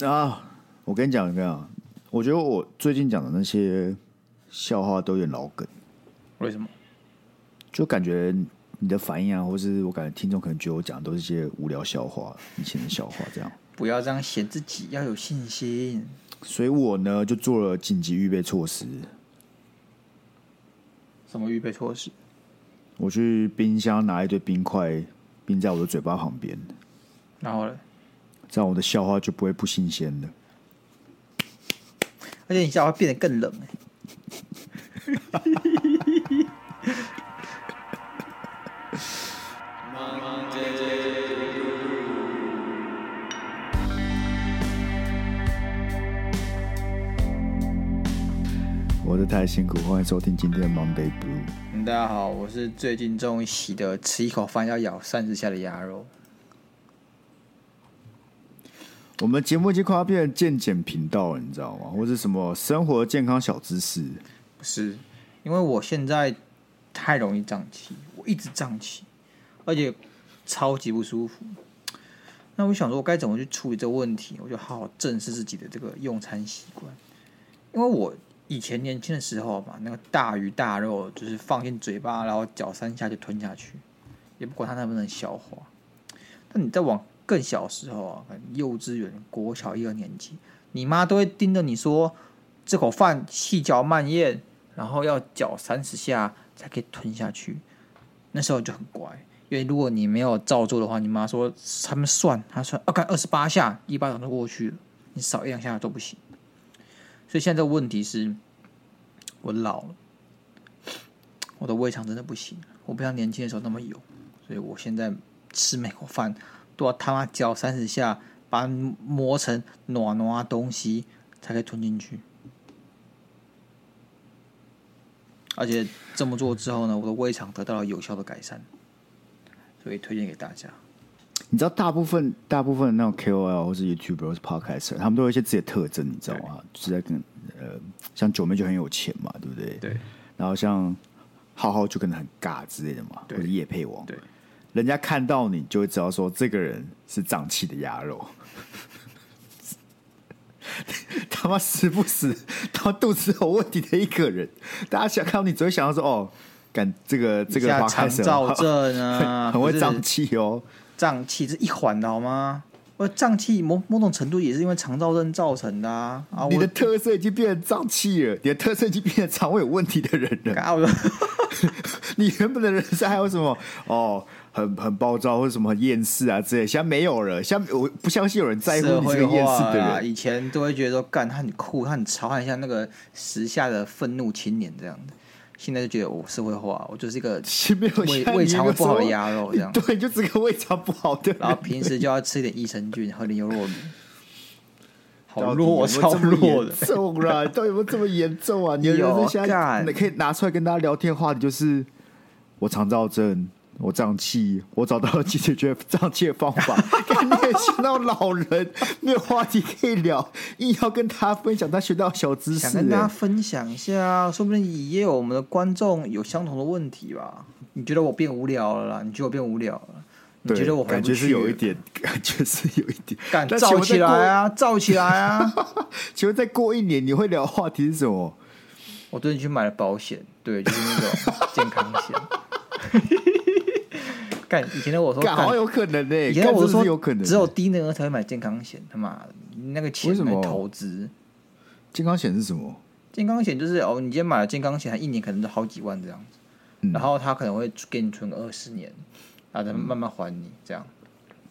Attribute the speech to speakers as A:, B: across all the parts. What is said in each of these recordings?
A: 啊，我跟你讲一个啊，我觉得我最近讲的那些笑话都有点老梗，
B: 为什么？
A: 就感觉你的反应啊，或是我感觉听众可能觉得我讲的都是一些无聊笑话，以前的笑话这样。
B: 不要这样嫌自己，要有信心。
A: 所以我呢就做了紧急预备措施，
B: 什么预备措施？
A: 我去冰箱拿一堆冰块冰在我的嘴巴旁边，
B: 然后呢？
A: 这样我的笑话就不会不新鲜了。
B: 而且你笑话变得更冷、欸。
A: 我的太辛苦，欢迎收听今天的 Monday Blue。
B: 嗯，大家好，我是最近终于习得吃一口饭要咬三十下的鸭肉。
A: 我们节目已经快要变成健检频道了，你知道吗？或是什么生活健康小知识？
B: 不是，因为我现在太容易胀气，我一直胀气，而且超级不舒服。那我想说，我该怎么去处理这个问题？我就好好正视自己的这个用餐习惯，因为我以前年轻的时候嘛，那个大鱼大肉就是放进嘴巴，然后嚼三下就吞下去，也不管它能不能消化。但你再往更小时候啊，可能幼稚园、国小一二年级，你妈都会盯着你说，这口饭细嚼慢咽，然后要搅三十下才可以吞下去。那时候就很乖，因为如果你没有照做的话，你妈说他们算，她算啊，看二十八下，一巴掌就过去了，你少一两下都不行。所以现在这个问题是，我老了，我的胃肠真的不行，我不像年轻的时候那么油，所以我现在吃每口饭都要他妈嚼三十下，把它磨成软软的东西才可以吞进去。而且这么做之后呢，我的胃肠得到了有效的改善，所以推荐给大家。
A: 你知道大部分大部分的那种 KOL 或是 YouTuber 或是 Podcaster，他们都有一些自己的特征，你知道吗？就是在跟呃，像九妹就很有钱嘛，对不对？
B: 对。
A: 然后像浩浩就可能很尬之类的嘛，或
B: 对
A: 者叶配王，
B: 对，
A: 人家看到你就会知道说这个人是胀气的鸭肉。 他妈时不时他妈肚子有问题的一个人，大家想看到你只会想到说哦，干这个这个 podcast 哦
B: 像肠燥症啊，
A: 很很会
B: 不是
A: 胀气哦。
B: 胀气是一环的好吗？我胀气某某种程度也是因为肠燥症造成的啊。啊，
A: 你
B: 我
A: 的特色已经变成胀气了，你的特色已经变成肠胃有问题的人了。
B: 啊，我
A: 你原本的人生还有什么哦，很很暴躁或者什么很厌世啊之类，现在没有了。现在我不相信有人在乎
B: 社
A: 你这
B: 会
A: 个厌世
B: 化啊
A: 的
B: 啦
A: 人。
B: 以前都会觉得说，干他很酷，他很潮，他很像那个时下的愤怒青年这样的。现在就觉得我社会化，我就是一个
A: 是没有
B: 胃
A: 像
B: 胃
A: 你
B: 肠
A: 那个
B: 不好的
A: 时候
B: 鸭肉这样
A: 对，就只个胃肠不好的人。
B: 然后平时就要吃一点益生菌，喝点优酪乳。好
A: 到底
B: 弱，
A: 有没有
B: 超
A: 这么
B: 弱的
A: 严。重啦，到底有没有这么严重 啊？你的人
B: 有
A: 生现在
B: 干
A: 你可以拿出来跟大家聊天的话题就是我肠燥症。我胀气，我找到了解决 胀气的方 法。看你也想到老人没有话题可以聊，硬要跟他分享他学到的小知识、
B: 想跟大家
A: 欸。
B: 分享一下，啊说不定也有我们的观众有相同的问题吧？你觉得我变无聊了啦？你觉得我变无聊了？你
A: 对，
B: 觉得我回
A: 感
B: 不
A: 觉是
B: 去
A: 有一
B: 了
A: 点， 感觉是有一点。
B: 干
A: 但
B: 燥起来
A: 啊！
B: 啊，燥起来啊！
A: 请问再过 一年你会聊的话题是什么？
B: 我最近去买了保险，对，就是那种健康险。干，以前的我说
A: 干，好像
B: 干，
A: 有可能呢、欸。
B: 以前的
A: 干
B: 我
A: 真的
B: 说
A: 是有可能欸，
B: 只有低能儿才会买健康险，他妈的那个钱
A: 为什
B: 来
A: 么
B: 投资。
A: 健康险是什么？
B: 健康险就是哦，你今天买了健康险，它一年可能都好几万这样子，
A: 嗯
B: 然后它可能会给你存个二十年，然后再慢慢还你这样。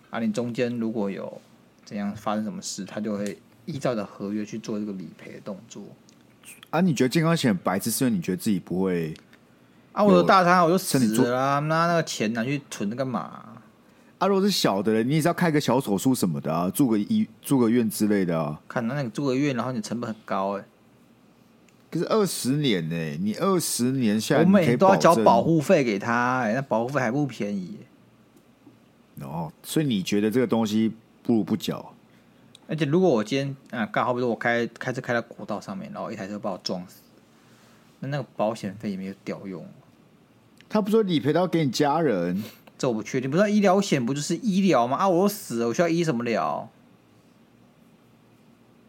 B: 啊，你中间如果有怎样发生什么事，它就会依照着合约去做这个理赔的动作。
A: 啊，你觉得健康险很白痴，是因为你觉得自己不会
B: 啊，我
A: 有
B: 有大他，我就死
A: 身体做
B: 了啦，那那个钱拿去存那干嘛？
A: 啊？如果是小的人，你也是要开个小手术什么的啊，住个医住个院之类的啊。
B: 看那你住个院，然后你成本很高哎、
A: 可是二十年呢、你二十年下来，
B: 我每年都要交保
A: 保
B: 护费给他、哎，那保护费还不便宜、
A: 哦，所以你觉得这个东西不如不缴？
B: 而且如果我今天啊，刚好比说我开开车开到国道上面，然后一台车把我撞死，那那个保险费也没有屌用。
A: 他不说理赔到给你家人，
B: 这我不确定，不是医疗险不就是医疗吗？啊，我都死了，我需要医什么疗？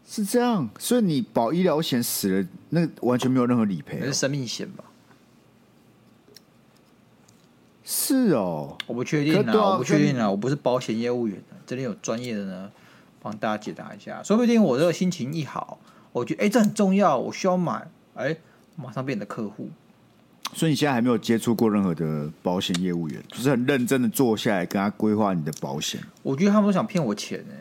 A: 是这样，所以你保医疗险死了，那完全没有任何理赔
B: 可
A: 哦、
B: 是啊生命险吧？
A: 是哦，
B: 我不确定
A: 可
B: 啊，
A: 对啊
B: 我不确定啊，我不是保险业务员啊，这里有专业的呢，帮大家解答一下。说不定我这个心情一好，我觉得哎、诶这很重要，我需要买，哎、马上变你的客户。
A: 所以你现在还没有接触过任何的保险业务员，就是很认真的坐下来跟他规划你的保险。
B: 我觉得他们都想骗我钱呢、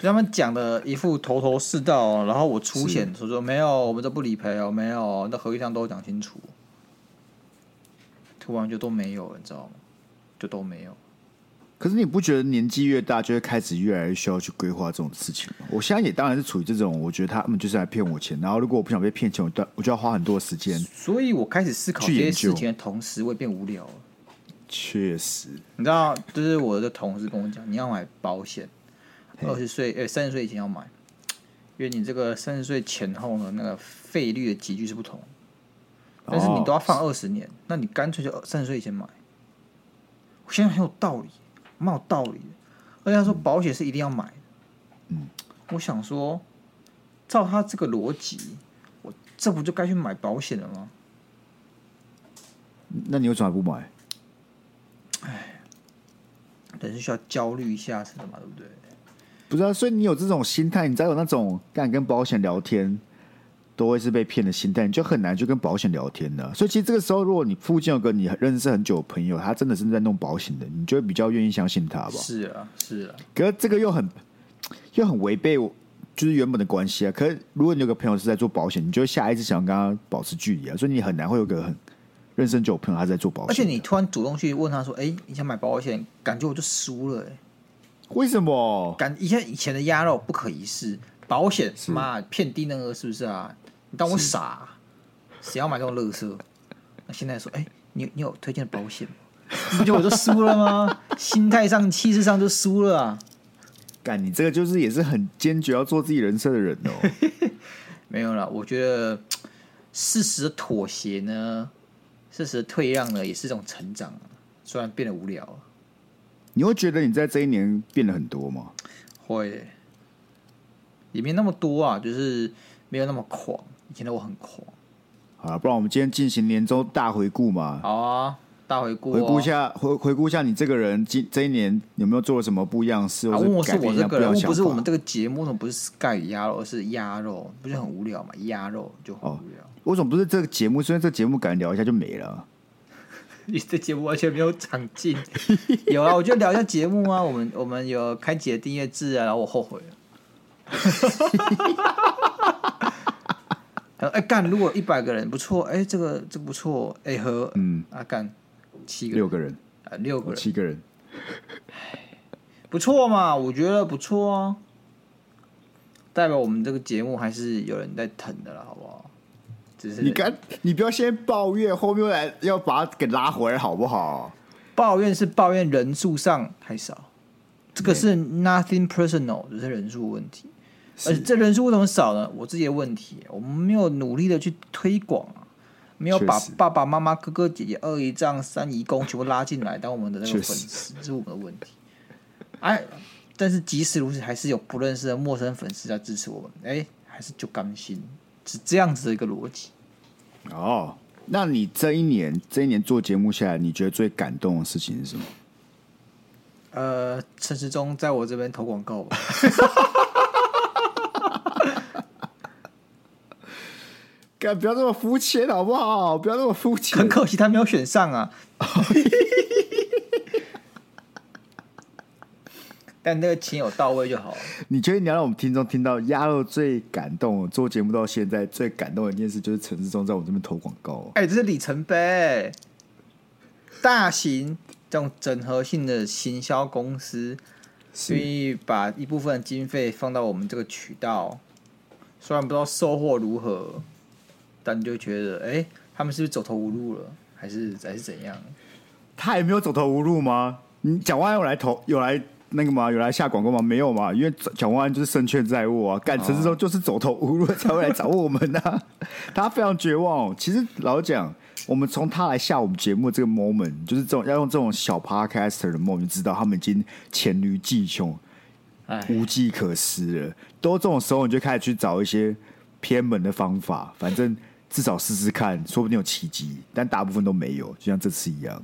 B: 就他们讲的一副头头是道哦，然后我出险说说没有，我们这不理赔哦，没有，那合约上都讲清楚，突然就都没有了，你知道吗？就都没有。
A: 可是你不觉得年纪越大，就会开始越来越需要去规划这种事情吗？我现在也当然是处于这种，我觉得他们就是来骗我钱，然后如果我不想被骗钱，我就我就要花很多时间。
B: 所以我开始思考这
A: 去
B: 些
A: 研究
B: 事情的同时，我也变无聊了。
A: 确实，
B: 你知道，就是我的同事跟我讲，你要买保险，二十岁呃三十岁以前要买，因为你这个三十岁前后呢，那个费率的集聚是不同，但
A: 哦
B: 是你都要放二十年，那你干脆就三十岁以前买。我现在很有道理，蛮有道理的。而且他说保险是一定要买的，嗯，我想说，照他这个逻辑，我这不就该去买保险了吗？
A: 那你为什么还不买？
B: 人是需要焦虑一下是的嘛，对不对？
A: 不是啊，所以你有这种心态，你再有那种干跟保险聊天，都会是被骗的心态，你就很难去跟保险聊天的。所以其实这个时候，如果你附近有个你认识很久的朋友，他真的是在弄保险的，你就会比较愿意相信他吧。
B: 是啊，是啊。
A: 可是这个又很又很违背我就是原本的关系啊。可是如果你有个朋友是在做保险，你就会下意识想跟他保持距离啊，所以你很难会有个很认识很久的朋友他是在做保险。
B: 而且你突然主动去问他说：“哎、你想买保险？”感觉我就输了、哎，
A: 为什么？
B: 感以前以前的鸭肉不可一世，保险妈骗低能儿是不是啊？你当我傻啊？谁要买这种乐色？那现在说：“哎、你你有推荐的保险吗？”你不觉得我就输了吗？心态上、气势上就输了啊！
A: 干你这个就是也是很坚决要做自己人生的人哦。
B: 没有啦，我觉得适时的妥协呢，适时的退让呢，也是一种成长啊。虽然变得无聊了，
A: 你会觉得你在这一年变了很多吗？
B: 会耶，也没那么多啊，就是没有那么狂。以前的我很狂。
A: 好了，不然我们今天进行年终大回顾嘛，
B: 好啊，大回顾、哦，
A: 回顾一。下，回回顾一下你这个人今这一年有没有做了什么不一样的事，
B: 啊，
A: 或
B: 问我
A: 者改
B: 是
A: 变一
B: 我这
A: 下
B: 个
A: 不
B: 人
A: 要
B: 物，
A: 想
B: 不是我们
A: 法？
B: 这个节目，怎么不是 Sky 与鸭肉，而是鸭肉，不是很无聊嘛？鸭肉就很
A: 哦
B: 无聊，
A: 为什么不是这个节目？虽然这个节目感觉聊一下就没了。
B: 你这节目完全没有长进。 有啊，我就聊一下节目啊，我们我们有开启了订阅制啊，然后我后悔了。 然后哎干，如果一百个人不错，哎这个这不错，哎和嗯啊干七个人
A: 六个人，
B: 啊六个
A: 哦
B: 人
A: 七个人，
B: 不错嘛，我觉得不错啊，代表我们这个节目还是有人在疼的啦，好不好？只是
A: 你敢？你不要先抱怨，后面来要把它给拉回来，好不好？
B: 抱怨是抱怨人数上太少，这个是 nothing personal，只是人数问题。而且这人数为什么少呢？我自己的问题，我们没有努力的去推广啊，没有把
A: 确实
B: 爸爸妈妈、哥哥姐姐、二姨丈、三姨公全部拉进来当我们的那个
A: 确
B: 粉
A: 实
B: 丝，这是我们的问题。 哎，但是即使如此，还是有不认识的陌生粉丝在支持我们，哎，还是就甘心，是这样子的一个逻辑。
A: 哦，那你这一年这一年做节目下来，你觉得最感动的事情是什么？
B: 呃，陈时中在我这边投广告吧。
A: 敢不要这么肤浅，好不好？不要这么肤浅
B: 很。可惜他没有选上啊。 但那个钱有到位就好了。
A: 你觉得你要让我们听众听到鸭肉最感动，做节目到现在最感动的一件事，就是陈志忠在我这边投广告、哦。
B: 哎、这是里程碑、大型这种整合性的行销公司，愿
A: 是
B: 意把一部分经费放到我们这个渠道，虽然不知道收获如何，但你就觉得，哎、他们是不是走投无路了，还是还是怎样？
A: 他也没有走投无路吗？你蒋万安有来投，有来那个吗？有来下广告吗？没有嘛，因为蒋万安就是胜券在握啊，干陈志忠就是走投无路才会来找我们啊， 他非常绝望、哦。其实老实讲，我们从他来下我们节目这个 moment，就是这种要用这种小 podcaster 的 moment，就知道他们已经黔驴技穷。
B: 哎，
A: 无计可施了。都这种时候，你就开始去找一些偏门的方法，反正至少试试看，说不定有奇迹。但大部分都没有，就像这次一样。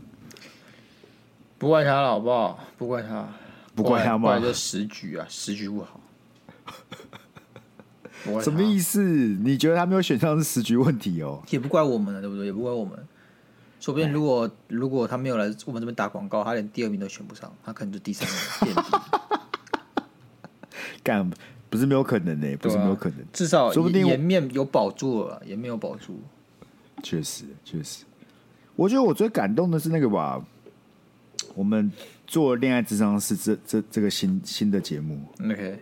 B: 不怪他了，好不好？不怪他，
A: 不怪他
B: 不
A: 吗
B: 然就时局啊，时局不好。不怪他
A: 什么意思？你觉得他没有选上是时局问题哦？
B: 也不怪我们了，啊对不对？也不怪我们。说不定如果如果他没有来我们这边打广告，他连第二名都选不上，他可能就第三 名垫底，
A: 干不是没有可能呢、不
B: 对啊
A: 是
B: 吧
A: 没有可能，
B: 至少
A: 说不定
B: 颜
A: 我
B: 颜面有保住了，颜面有保住。
A: 确实确实。我觉得我最感动的是那个吧，我们做恋爱智商是这这这个新新的节目，
B: OK，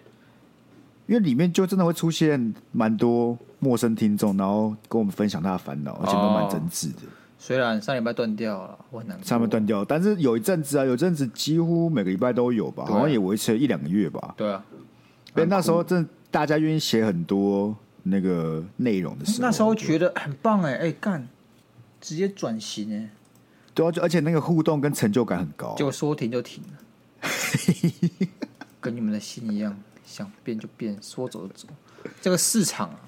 A: 因为里面就真的会出现蛮多陌生听众，然后跟我们分享他的烦
B: 哦
A: 恼，而且都蛮真挚的。
B: 虽然上礼拜断掉了，我很难过。
A: 上面断掉，但是有一阵子啊，有一阵子几乎每个礼拜都有吧，
B: 对
A: 好
B: 啊
A: 像也维持了一两个月吧。
B: 对啊，
A: 所以那时
B: 嗯
A: 候真的大家愿意写很多那个内容的时候，
B: 那时候觉得很棒哎、哎、干，直接转型哎、
A: 对啊，就而且那个互动跟成就感很高。
B: 结果说停就停了，跟你们的心一样，想变就变，说走就走。这个市场啊，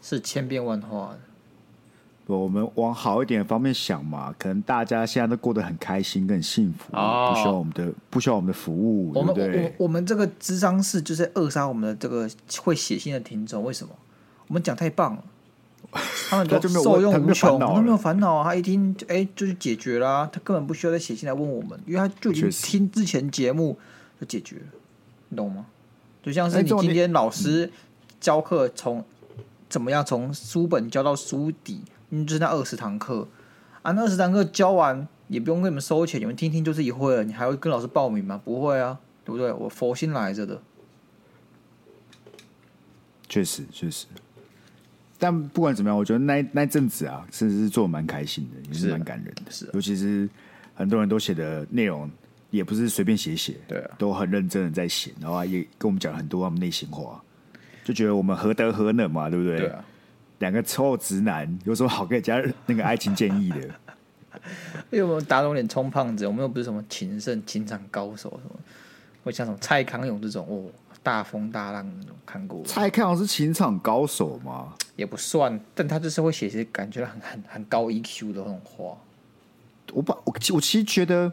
B: 是千变万化的。
A: 我们往好一点的方面想嘛，可能大家现在都过得很开心、跟很幸福，
B: 哦
A: 不需要我们的不需要我们的服务，
B: 我们
A: 对
B: 我
A: 不对
B: 我？我们这个智商室就是在扼杀我们的这个会写信的听众，为什么？我们讲太棒了，他们都
A: 他就没有
B: 受用
A: 他没
B: 无
A: 有烦
B: 穷，
A: 恼了
B: 他没有烦恼啊，他一听就哎、就是解决啦、他根本不需要再写信来问我们，因为他就已经
A: 确实
B: 听之前节目就解决了，你懂吗？就像是
A: 哎
B: 你
A: 这种
B: 今
A: 你
B: 天老师教课从怎么样从书本教到书底，嗯，就是那二十堂课啊，那二十堂课教完也不用跟你们收钱，你们听听就自己会了，你还会跟老师报名吗？不会啊，对不对？我佛心来着的，
A: 确实确实。但不管怎么样，我觉得那一那一阵子啊，甚至是做得蛮开心的，也是
B: 是
A: 蛮感人的。
B: 是啊
A: 尤其是很多人都写的内容，也不是随便写写，
B: 对啊
A: 都很认真的在写，然后也跟我们讲了很多他们内心话，就觉得我们何德何能嘛，对不对？
B: 对啊。
A: 两个臭直男有什么好给人家那个爱情建议 的？
B: 因为我们打肿脸充胖子，我们又不是什么情圣、情场高手什么，我像什么蔡康永这种哦，大风大浪那种看过
A: 蔡康永是情场高手嘛？
B: 也不算，但他就是会写些感觉很很很高 EQ 的那种话。
A: 我把我其我其实觉得，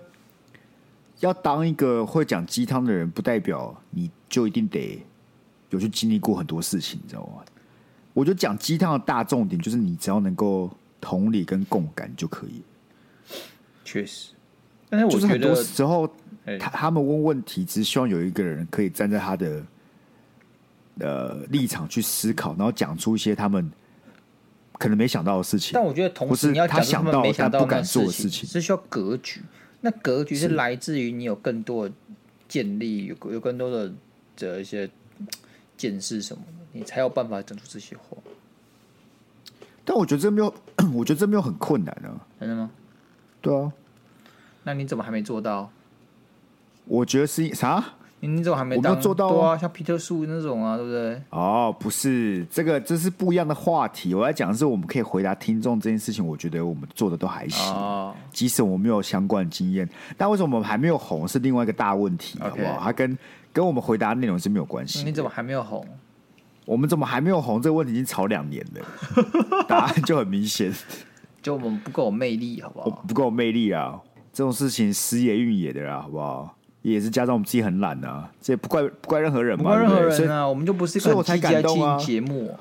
A: 要当一个会讲鸡汤的人，不代表你就一定得有去经历过很多事情，你知道吗？我觉得讲鸡汤的大重点就是，你只要能够同理跟共感就可以。
B: 确实，但是我
A: 就是
B: 觉
A: 很多
B: 得，
A: 时候，
B: 哎
A: 他他们问问题，只希望有一个人可以站在他的呃立场去思考，然后讲出一些他们可能没想到的事情
B: 但。我觉得同
A: 不
B: 时
A: 是
B: 你要讲
A: 他
B: 出他
A: 想
B: 们
A: 到
B: 没想
A: 但
B: 到
A: 不敢
B: 的
A: 做的
B: 事
A: 事情
B: 是需要格局。那格局是来自于你有更多的建立，有有更多的的一些嗯见识什么的，你才有办法讲出这些话，
A: 但我觉得这没有， 我觉得这没有很困难啊。
B: 真的吗？
A: 对啊，
B: 那你怎么还没做到？
A: 我觉得是啥？
B: 你你怎么还没
A: 我没有
B: 当
A: 做到
B: 对
A: 啊
B: 啊，像皮特树那种啊，对不对？
A: 哦，不是这个，这是不一样的话题。我要讲的是，我们可以回答听众这件事情，我觉得我们做的都还行，
B: 哦，
A: 即使我们没有相关经验。但为什么我们还没有红是另外一个大问题
B: OK 嗯
A: 好不好？它跟跟我们回答内容是没有关系
B: 你
A: 的。
B: 怎么还没有红？
A: 我们怎么还没有红？这个问题已经吵两年了， 答案就很明显，
B: 就我们不够有魅力，好不
A: 我
B: 好？
A: 不够有魅力啊！这种事情时也运也的啦，啊好不好？也是加上我们自己很懒啊，这也不怪不怪任何人
B: 不
A: 嘛，
B: 怪任何
A: 对不对所以
B: 人啊，我们就不是一
A: 所
B: 个
A: 以我
B: 很
A: 才
B: 积极
A: 感
B: 在
A: 动
B: 经
A: 啊
B: 营节目啊、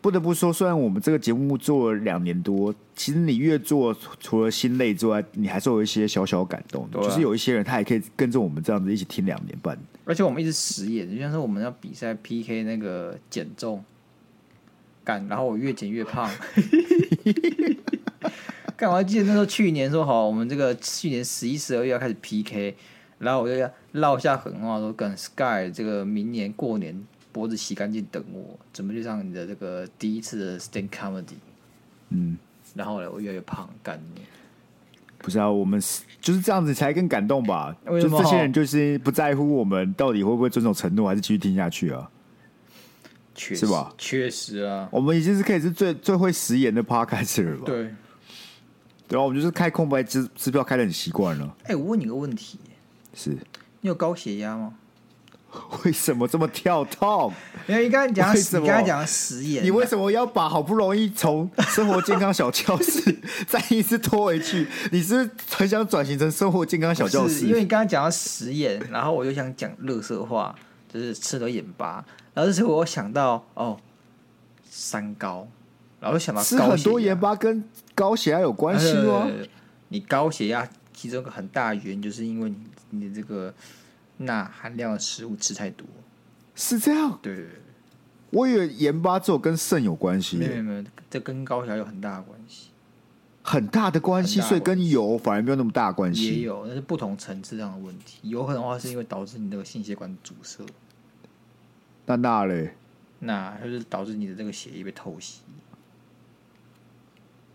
A: 不得不说，虽然我们这个节目做了两年多，其实你越做，除了心累之外，你还是有一些小小感动的。
B: 对啊
A: 就是有一些人，他也可以跟着我们这样子一起听两年半。
B: 而且我们一直实验，就像是我们要比赛 PK 那个减重，干，然后我越减越胖。干，我还记得那时候去年说好，我们这个去年十一、十二月要开始 PK，然后我就要撂下狠话说，干 Sky 这个明年过年脖子洗干净等我，准备去上你的这个第一次的 stand comedy。
A: 嗯，
B: 然后呢，我越来越胖，干你。
A: 不是啊，我们是就是这样子才更感动吧？
B: 为
A: 就
B: 什
A: 是
B: 么
A: 这些人就是不在乎我们到底会不会遵守承诺，还是继续听下去啊？
B: 确
A: 是
B: 实
A: 吧？
B: 确实啊，
A: 我们已经是可以是最最会食言的 podcaster 了吧？
B: 对。
A: 对啊，我们就是开空白支支票开的很习惯了。
B: 哎、我问你个问题，
A: 是
B: 你有高血压吗？
A: 为什么这么跳痛？
B: 没有，你刚才讲
A: 为什么
B: 你刚才讲啊食盐，
A: 你为什么要把好不容易从生活健康小教室再一次拖回去？你是不是很想转型成生活健康小教
B: 不是因为
A: 室？
B: 你刚刚讲到食盐，然后我就想讲乐色话，就是吃了盐巴，然后这时候我想到哦，三高，然后又想到
A: 吃
B: 高
A: 很
B: 血
A: 多
B: 压
A: 盐巴跟高血压有关系吗？
B: 呃你高血压其中一个很大的原因，就是因为你你的这个钠含量的食物吃太多。
A: 是这样，
B: 对对对，
A: 我以为盐巴只有跟肾有关
B: 对没有没
A: 系，
B: 有没有，这跟高血压有很大的关系，
A: 很大的关系，
B: 很大的
A: 所以跟油反而没有那么大的关
B: 也
A: 系。
B: 有，但是不同层次上的问题。有可能的话是因为导致你的心血管阻塞，
A: 那那嘞，
B: 那就是导致你的这个血液被透析，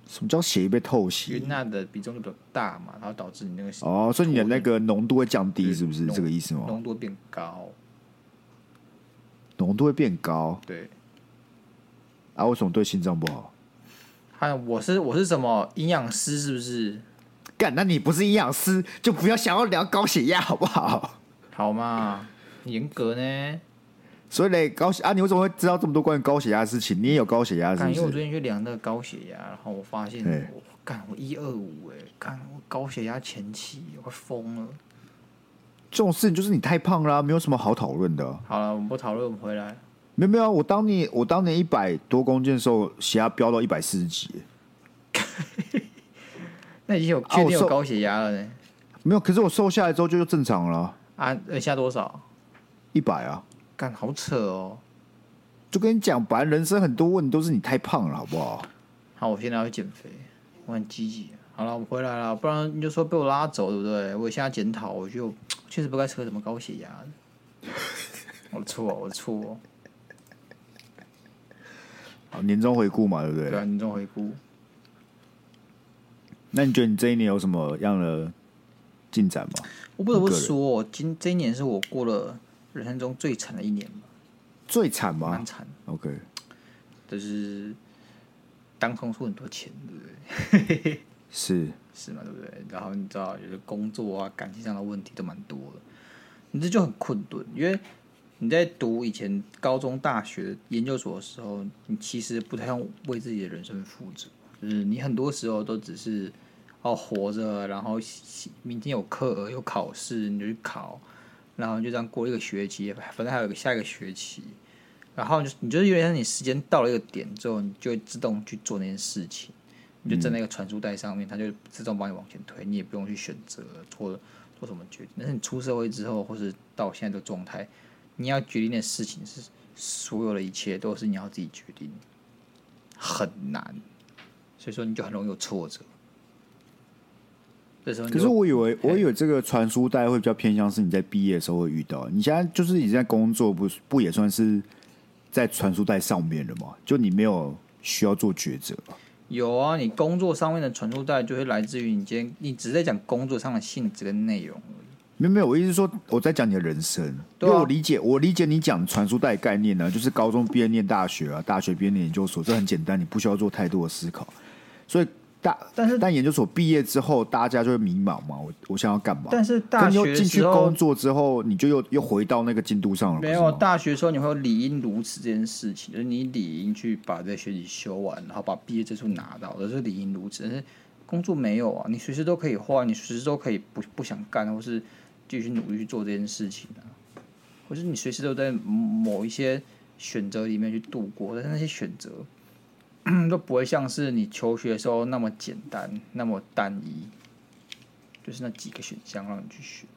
A: 什么叫血液被透
B: 因为
A: 析？
B: 钠的比重就比较大嘛，然后导致你那个
A: 哦，所以你的那个浓度会降低，
B: 对
A: 是不是
B: 浓
A: 这个意思吗？
B: 浓度变高。
A: 浓度会变高
B: 对，
A: 啊？为什么对心脏不好？
B: 还有啊我是我是什么营养师是不是？
A: 干，那你不是营养师，就不要想要聊高血压，好不好？
B: 好嘛，严格呢。
A: 所以嘞，高血啊，你为什么会知道这么多关于高血压的事情？你也有高血啊压是
B: 看，
A: 不
B: 因为我
A: 是？
B: 最近去量那个高血压，然后我发现
A: 哎
B: 我干我一二五哎，干我高血压前期，我快疯了。
A: 这种事情就是你太胖啦、没有什么好讨论的啊。
B: 好了，我们不讨论，我们回来。
A: 没有没有啊，我当年我当年一百多公斤的时候，血压飙到一百四十几，
B: 那已经有
A: 啊
B: 确
A: 我
B: 定有
A: 瘦
B: 高血压了呢？
A: 没有。可是我瘦下来之后就又正常了，
B: 啊，呃，下多少？
A: 一百啊。
B: 干好扯哦。
A: 就跟你讲，本来人生很多问题都是你太胖了，好不好？
B: 好，我现在要减肥，我很积极。好了，我们回来了，不然你就说被我拉走，对不对？我现在检讨，我就确实不该扯什么高血压的。我的错，我的错。
A: 好年终回顾嘛，对不对？
B: 对啊，年终回顾。
A: 那你觉得你这一年有什么样的进展吗？
B: 我不得不
A: 你个人
B: 说，今这一年是我过了人生中最惨的一年吧，
A: 最惨吗
B: 蛮惨的。
A: ？OK，
B: 就是当空出很多钱，对不对？
A: 是
B: 是嘛，对不对？然后你知道，有些工作啊、感情上的问题都蛮多的，你这就很困顿，因为你在读以前高中、大学、研究所的时候，你其实不太用为自己的人生负责，就是你很多时候都只是哦活着，然后明天有课有考试你就去考，然后就这样过一个学期，反正还有一个下一个学期。然后就是你就是有点像你时间到了一个点之后，你就会自动去做那件事情。你就站在一个传输带上面，它就自动帮你往前推，你也不用去选择做做什么决定。但是你出社会之后，或是到现在的状态，你要决定的事情是所有的一切都是你要自己决定，很难，所以说你就很容易有挫折。这时候你
A: 可
B: 就是
A: 我以为，我以为这个传输带会比较偏向是你在毕业的时候会遇到。你现在就是已经在工作，不是不也算是在传输带上面了吗？就你没有需要做抉择吧
B: 有啊，你工作上面的传输带就会来自于你今天你只是在讲工作上的性质跟内容而已。
A: 没有没有，我意思是说我在讲你的人生，
B: 对啊
A: 因为我理解我理解你讲传输带的概念呢、就是高中毕业念大学啊，大学毕业念研究所，这很简单，你不需要做太多的思考。所以大
B: 但是
A: 但研究所毕业之后，大家就会迷茫嘛，我我想要干嘛？
B: 但是
A: 可
B: 大
A: 你
B: 学
A: 又
B: 的
A: 进去
B: 时候
A: 工作之后，你就又又回到那个进度上了，
B: 没
A: 不
B: 有
A: 是吗
B: 大学的时候你会有理应如此这件事情，就是你理应去把这学期修完，然后把毕业证书拿到，这是理应如此。但是工作没有啊，你随时都可以换，你随时都可以不不想干，或是继续努力去做这件事情啊，或是你随时都在某一些选择里面去度过，但是那些选择 都不会像是你求学的时候那么简单，那么单一，就是那几个选项让你去选。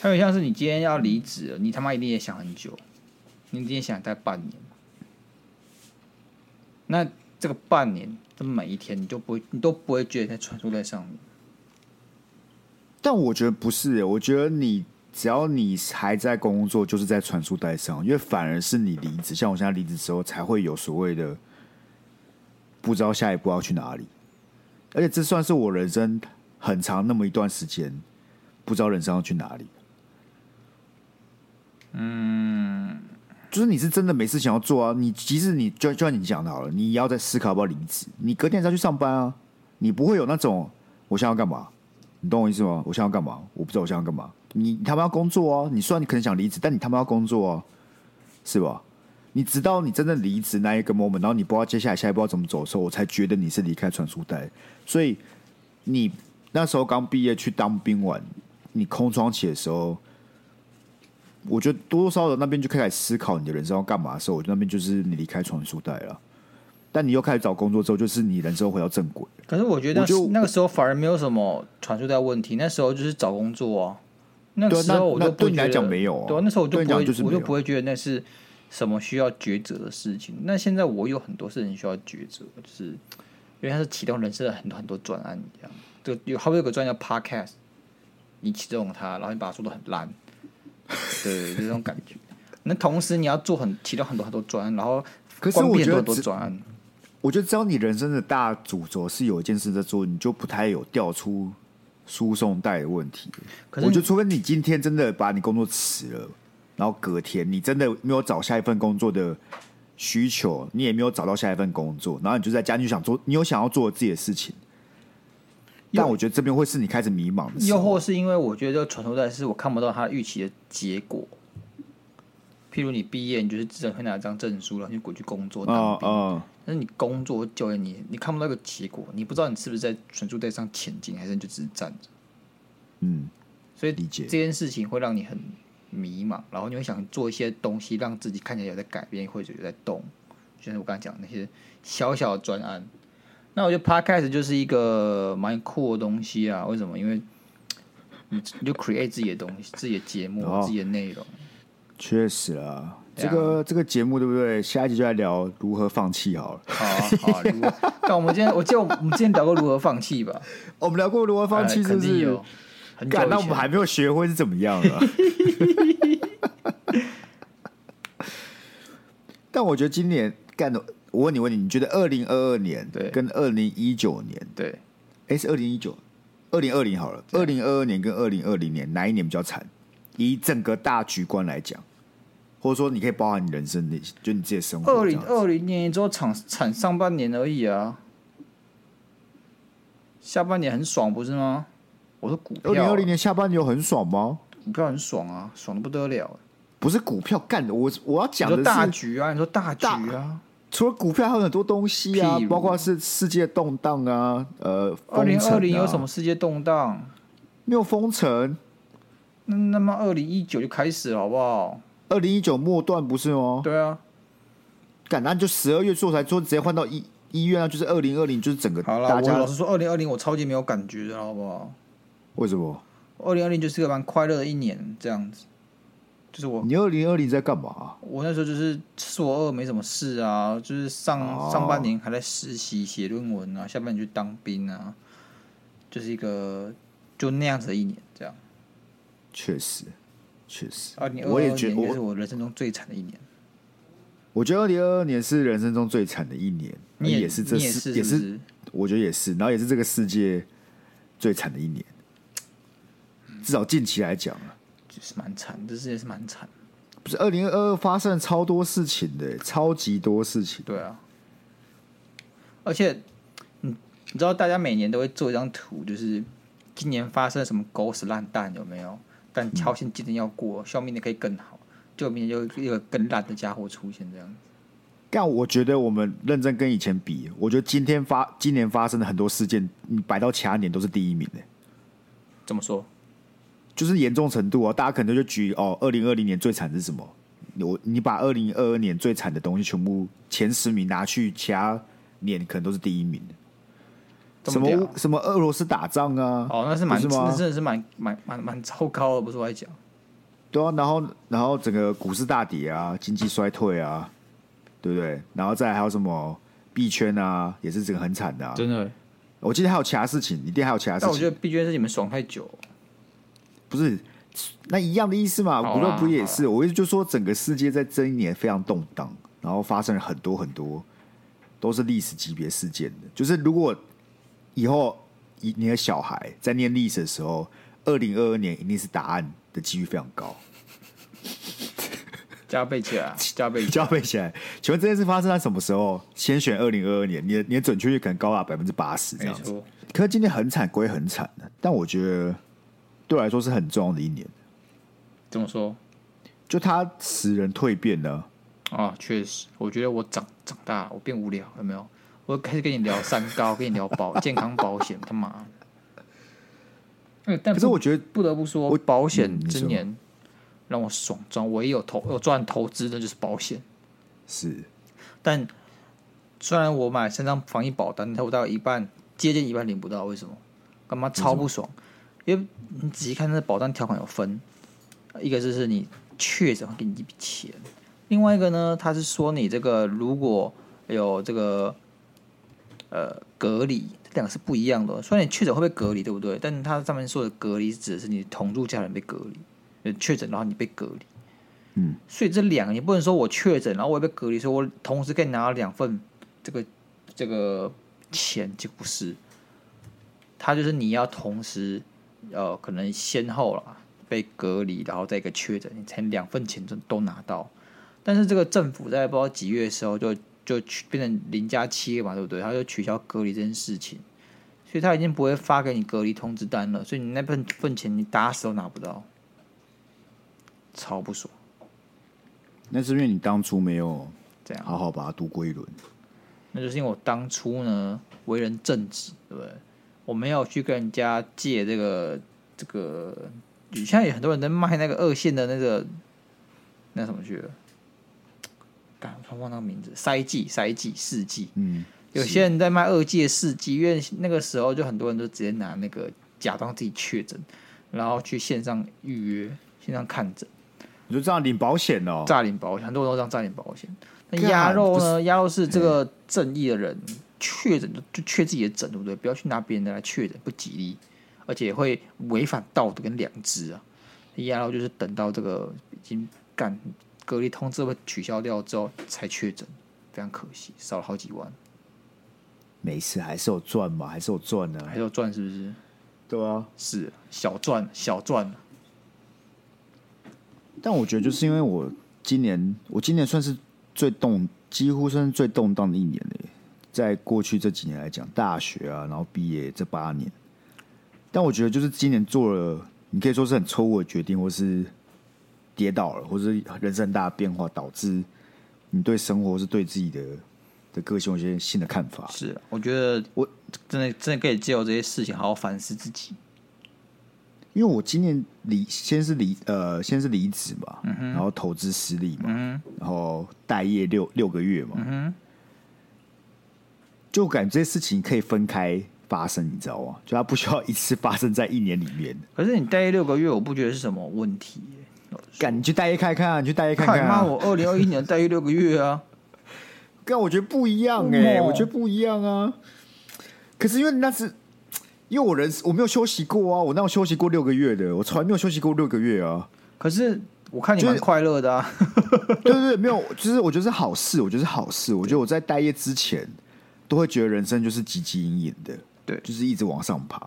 B: 还有像是你今天要离职了，你他妈一定也想很久，你一定也想待半年。那这个半年的每一天，你就不会，你都不会觉得在传输在上面。
A: 但我觉得不是、欸，我觉得你只要你还在工作，就是在传输带上，因为反而是你离职，像我现在离职之后，才会有所谓的不知道下一步要去哪里，而且这算是我人生很长那么一段时间不知道人生要去哪里。嗯，就是你是真的没事想要做啊，你即使你就就像你讲的好了，你要在思考要不要离职，你隔天再去上班啊，你不会有那种我现在要干嘛。你懂我意思吗？我想要干嘛？我不知道我想要干嘛，你他妈要工作啊！你虽然你可能想离职，但你他妈要工作啊，是吧？你直到你真正离职那一个 moment，然后你不知道接下来下一步要怎么走的时候，我才觉得你是离开传输带。所以你那时候刚毕业去当兵完，你空窗期的时候，我觉得多多少少那边就开始思考你的人生要干嘛的时候，我觉得那边就是你离开传输带了。但你又开始找工作之后，就是你人生回到正轨。
B: 可是我觉得
A: 我就
B: 那个时候反而没有什么传输带问题，那时候就是找工作啊。那
A: 对
B: 个
A: 啊
B: 时候我
A: 那
B: 就
A: 那对
B: 不会
A: 你
B: 觉
A: 来
B: 得
A: 讲没有啊
B: 对啊，那时候我就
A: 对你
B: 不
A: 来
B: 会
A: 讲就是，
B: 我
A: 没
B: 就
A: 有
B: 不会觉得那是什么需要抉择的事情。那现在我有很多事情需要抉择，就是因为它是启动人生的很多很多专案一样。这个有还会有个专案叫 Podcast，你启动它，然后你把它做的很烂，对，就这种感觉。那同时你要做很启动很多很多专案，然后
A: 可是
B: 关
A: 我
B: 闭很
A: 觉得
B: 多很多
A: 只
B: 专案。
A: 我觉得只要你人生的大主轴是有一件事在做，你就不太有调出输送带的问题。
B: 可是
A: 我觉
B: 你
A: 得，除非你今天真的把你工作辞了，然后隔天你真的没有找下一份工作的需求，你也没有找到下一份工作，然后你就在家，你就想做，你有想要做自己的事情。
B: 又
A: 但我觉得这边会是你开始迷茫的时
B: 又
A: 候。
B: 或是因为我觉得这个传说带是我看不到它预期的结果。譬如你毕业，你就是只能会拿一张证书，然后就滚去工作
A: 啊
B: 当兵。
A: 啊！
B: 但是你工作就业，你你看不到一个结果，你不知道你是不是在传输带上前进，还是你就只是站着。
A: 嗯，
B: 所以
A: 理解
B: 这件事情会让你很迷茫，然后你会想做一些东西，让自己看起来有在改变，或者有在动。就是我刚才讲的那些小小的专案。那我觉得 podcast 就是一个蛮酷的东西啊。为什么？因为嗯你你就 create 自己的东西、自己的节目、
A: 哦
B: 自己的内容。
A: 确实啊，
B: 对
A: 这
B: 啊
A: 个这个节目对不对？下一集就来聊如何放弃好了。
B: 好啊，好啊。如果但我们今天，我记得我们之前聊过如何放弃吧？
A: 我们聊过如何 放弃，
B: 哎
A: 是
B: 肯
A: 不
B: 定
A: 是？
B: 有。很久以
A: 干，
B: 前，
A: 那我们还没有学会是怎么样啊？ 但我觉得今年干的，我问你问你，你觉得二零二二年
B: 对
A: 跟二零一九年，
B: 对
A: 哎、是二零一九，二零二零好了，二零二二年跟二零二零年哪一年比较惨？以整个大局观来讲，或者说你可以包含你人生的，就你自己的生活。
B: 二零，二零年之后产产上半年而已啊，下半年很爽不是吗？我说股
A: 二
B: 票啊、
A: 零二零年下半年有很爽吗？
B: 股票很爽啊，爽的不得了。
A: 不是股票干的，我我要
B: 你
A: 讲的
B: 说
A: 是
B: 大局啊，你说大局啊，
A: 除了股票，还有很多东西啊
B: 譬如，
A: 包括是世界动荡啊，呃，
B: 二零二零有
A: 封
B: 什
A: 城啊
B: 么？世界动荡？
A: 没有封城，
B: 那那么二零一九就开始了好不好？
A: 二零一九末段不是吗？
B: 对啊，
A: 敢那就十二月做才说直接换到一一月啊，就是二零二零，就是整个
B: 好了，
A: 大
B: 我
A: 家
B: 老实说，二零二零我超级没有感觉的好不好？
A: 为什么？
B: 二零二零就是个蛮快乐的一年，这样子，就是我
A: 你二零二零在干嘛？
B: 我那时候就是硕二没什么事啊，就是上、
A: 哦
B: 上半年还在实习写论文啊，下半年去当兵啊，就是一个就那样子的一年这样。
A: 确实，确实
B: 二零，二
A: 啊我
B: 啊二
A: 也觉
B: 年
A: 我
B: 也是我人生中最惨的一年，
A: 我觉得二零二二年是人生中最惨的一年，
B: 你
A: 呃也是这
B: 你也
A: 世
B: 是
A: 也
B: 是不
A: 是我觉得也是，然后也是这个世界最惨的一年，至少近期来讲啊。
B: 就是蛮惨，这世界是蛮惨，
A: 不是二零二二发生了超多事情的，超级多事情。
B: 对啊。而且，嗯，你知道大家每年都会做一张图，就是今年发生了什么狗屎烂蛋有没有？但好险今年要过，希望明年可以更好，就明年就有一个更烂的家伙出现这样。
A: 但我觉得我们认真跟以前比，我觉得今天发今年发生的很多事件，你摆到其他年都是第一名的，
B: 怎么说？
A: 就是严重程度哦。大家可能就举哦，二零二零年最惨是什么？我你把二零二二年最惨的东西全部前十名拿去，其他年可能都是第一名的。
B: 这
A: 什
B: 么屌
A: 么什么俄罗斯打仗啊？
B: 哦，那是蛮，
A: 不是吗
B: 那真的是蛮蛮蛮蛮糟糕的，不是我在 讲。
A: 对啊，然后然后整个股市大跌啊，经济衰退啊，对不对？然后再来还有什么币圈啊，也是整个很惨的、啊。
B: 的。
A: 我记得还有其他事情，一定还有其他事
B: 但我觉
A: 情，
B: 得币圈是你们爽太久，
A: 不是那一样的意思嘛？
B: 好啦
A: 不论不也是，我意思就是说，整个世界在这一年非常动荡，然后发生了很多很多都是历史级别事件的。就是如果以后以你的小孩在念历史的时候，二零二二年一定是答案的几率非常高。
B: 加倍起 来，加倍起
A: 就要背起来。请问这件事发生在什么时候？先选二零二二年，你的你的准确率可能高达百分之八十
B: 来，
A: 这
B: 没
A: 样子。
B: 错。
A: 可是今年很惨归很惨的，但我觉得对我来说是很重要的一年。
B: 怎么说？
A: 就他使人蜕变了。
B: 啊，确实，我觉得我长长大了，我变无聊，有没有？我开始跟你聊三高，跟你聊保健康保险，干嘛？呃但
A: 可是
B: 不
A: 我觉得
B: 不得不说
A: 我，
B: 保险
A: 嗯你
B: 今
A: 说
B: 年让我爽赚，我也有投，我赚投资的就是保险。
A: 是
B: 但虽然我买三张防疫保单，但我大概一半接近一半领不到，为什么？干嘛超不爽？因为你仔细看那保单条款有分，一个就是你确诊会给你一笔钱，另外一个呢，它是说你这个如果有这个呃隔离，这两个是不一样的。虽然你确诊会被隔离，对不对？但它上面说的隔离指的是你同住家人被隔离，呃确诊然后你被隔离。所以这两个你不能说我确诊，然后我也被隔离，所以我同时可以拿到两份这个这个钱，这个不是。他就是你要同时呃，可能先后了被隔离，然后再一个确诊，你才两份钱都都拿到。但是这个政府在不知道几月的时候就就取变成零加七了嘛，对不对？他就取消隔离这件事情，所以他已经不会发给你隔离通知单了，所以你那份份钱你打死都拿不到，超不爽，
A: 那是因为你当初没有
B: 这样。
A: 好好把它度过一轮。
B: 那就是因为我当初呢为人正直，对不对？我没有去跟人家借这个这个，现在有很多人在卖那个二线的那个那什么去了，干，我突然忘那个名字，塞剂、塞剂、试剂，
A: 嗯，
B: 有些人在卖二季的试剂，因为那个时候就很多人都直接拿那个假装自己确诊，然后去线上预约、线上看诊。
A: 你就这样领保险哦。
B: 诈领保险，很多人都让诈领保险。那
A: 干
B: 鸭肉
A: 不
B: 呢？鸭肉啊是这个正义的人确诊就就确自己的诊，对不对？不要去拿别人的来确诊，不吉利，而且会违反道德跟良知啊。鸭肉就是等到这个已经干隔离通知被取消掉之后才确诊，非常可惜，少了好几万，
A: 没事，还是有赚嘛，还是有赚呢、
B: 还有赚是不是？
A: 对啊，
B: 是小赚小赚，
A: 但我觉得就是因为我今年，我今年算是最动，几乎算是最动荡的一年嘞、在过去这几年来讲，大学啊，然后毕业这八年，但我觉得就是今年做了，你可以说是很错误的决定，或是跌倒了，或是人生很大的变化，导致你对生活是对自己的的个性有一些新的看法。
B: 是啊我觉得
A: 我
B: 真的真的可以借由这些事情好好反思自己。
A: 因为我今年离先是离呃先是离职嘛，
B: 嗯
A: 然后投资失利嘛，然后待业六六个月
B: 嗯
A: 嘛，就感觉这些事情可以分开发生，你知道吗？就它不需要一次发生在一年里面。
B: 可是你待业六个月，我不觉得是什么问题耶、
A: 干，你去待业看看啊，你去待业看
B: 看
A: 看、
B: 你妈！
A: 啊。
B: 我二零二一年待遇六个月啊，
A: 但我觉得不一样哎、
B: 哦
A: 我觉得不一样啊。可是因为那是因为我人我没有休息过啊，我那有休息过六个月的，我从来没有休息过六个月啊。
B: 可是我看你
A: 就是
B: 蛮快乐的啊。
A: 对对对，没有，就是我觉得是好事，我觉得是好事。我觉得我在待业之前，都会觉得人生就是汲汲营营的，
B: 对
A: 就是一直往上爬，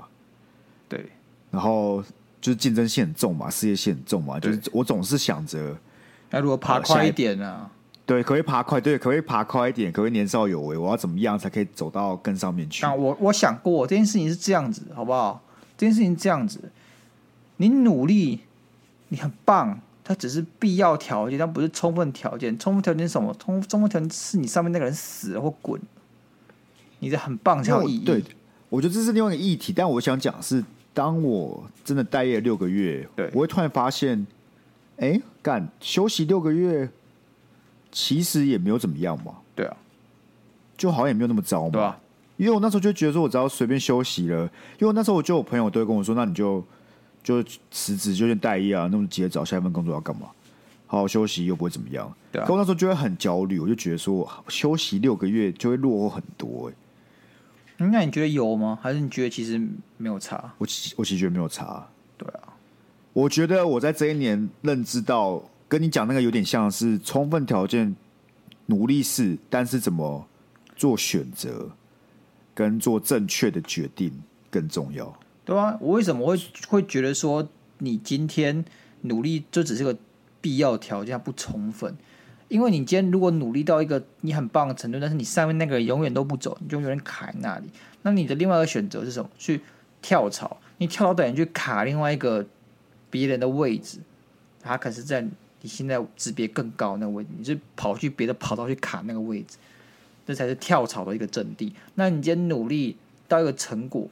B: 对，
A: 然后就是竞争性很重嘛，事业线很重嘛，就是我总是想着，
B: 那如果爬
A: 好下
B: 快
A: 一
B: 一点呢、啊？
A: 对，可不可以爬快，对，可不可以爬快一点，可不可以年少有为，我要怎么样才可以走到更上面去？
B: 但我我想过这件事情是这样子，好不好？这件事情这样子，你努力，你很棒，它只是必要条件，但不是充分条件。充分条件是什么？充充分条件是你上面那个人死了或滚，你的很棒才
A: 因为
B: 有
A: 我
B: 意义。
A: 对，我觉得这是另外一个议题，但我想讲的是，当我真的待业六个月，
B: 对
A: 我会突然发现，哎、干休息六个月，其实也没有怎么样嘛。
B: 对啊，
A: 就好像也没有那么糟嘛。
B: 对啊
A: 因为我那时候就觉得说，我只要随便休息了，因为我那时候我就有朋友都会跟我说，那你就就辞职，就先待业啊，那么急着找下一份工作要干嘛？好好休息又不会怎么样。
B: 对啊
A: 可我那时候就会很焦虑，我就觉得说，休息六个月就会落后很多、欸。
B: 嗯那你觉得有吗？还是你觉得其实没有差？
A: 我其我其实觉得没有差，
B: 对啊，
A: 我觉得我在这一年认知到，跟你讲那个有点像是充分条件，努力是，但是怎么做选择，跟做正确的决定更重要。
B: 对啊，我为什么会会觉得说你今天努力就只是个必要条件，它不充分？因为你今天如果努力到一个你很棒的程度，但是你上面那个人永远都不走，你就永远卡在那里。那你的另外一个选择是什么？去跳槽。你跳槽等于去卡另外一个别人的位置，它可是在你现在级别更高那个位置，你是跑去别的跑道去卡那个位置，这才是跳槽的一个阵地。那你今天努力到一个成果，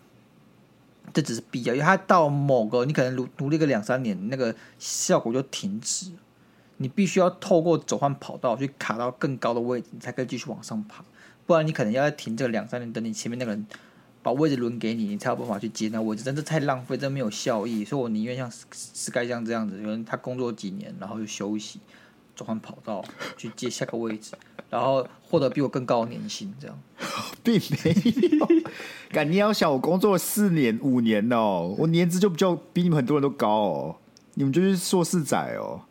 B: 这只是必要，因为它到某个你可能努努力个两三年，那个效果就停止了。你必须要透过走换跑道去卡到更高的位置，你才可以继续往上爬，不然你可能要停这两三年，等你前面那个人把位置轮给你，你才有办法去接那位置，但这太浪费，这没有效益，所以我宁愿像 S- Sky 像这样子，可能他工作几年，然后就休息，转换跑道去接下个位置，然后获得比我更高的年薪，这样。
A: 并没 有。感你要想，我工作了四年五年哦，我年资就比较比你们很多人都高哦，你们就是硕士仔哦。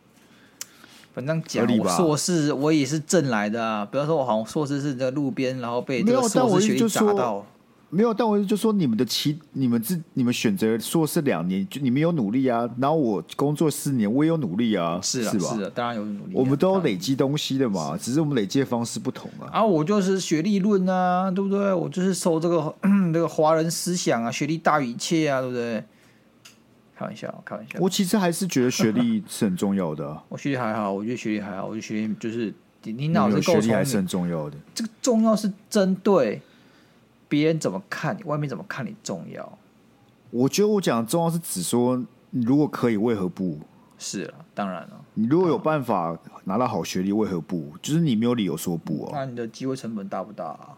B: 反正
A: 合
B: 讲
A: 理
B: 我
A: 吧
B: 硕士，我也是挣来的啊！不要说我好像硕士是在路边，然后被这
A: 没有
B: 个
A: 但我
B: 硕士学
A: 就
B: 历砸
A: 说
B: 到。
A: 没有，但我就说你们的期，你们自你们选择硕士两年，就你们有努力啊。然后我工作四年，我也有努力啊，
B: 是啊，
A: 吧？
B: 是啊，当然有努力啊。
A: 我们都
B: 当
A: 有
B: 然
A: 累积东西的嘛，只是我们累积的方式不同 啊。
B: 啊，我就是学历论啊，对不对？我就是受这个 这个华人思想啊，学历大于一切啊，对不对？开玩笑，开玩笑。我
A: 我其实还是觉得学历是很重要的 啊、
B: 学历还好，我觉得学历还好，我觉得学历就是你
A: 你
B: 你脑
A: 们
B: 子
A: 有
B: 够
A: 学
B: 聪
A: 历还是
B: 明，
A: 很重要的。
B: 这个重要是针对别人怎么看你，外面怎么看你重要。
A: 我觉得我讲的重要是只说，你如果可以，为何不？
B: 是啊，当然了、
A: 你如果有办法拿到好学历，为何不？就是你没有理由说不哦。
B: 那你的机会成本大不大、啊？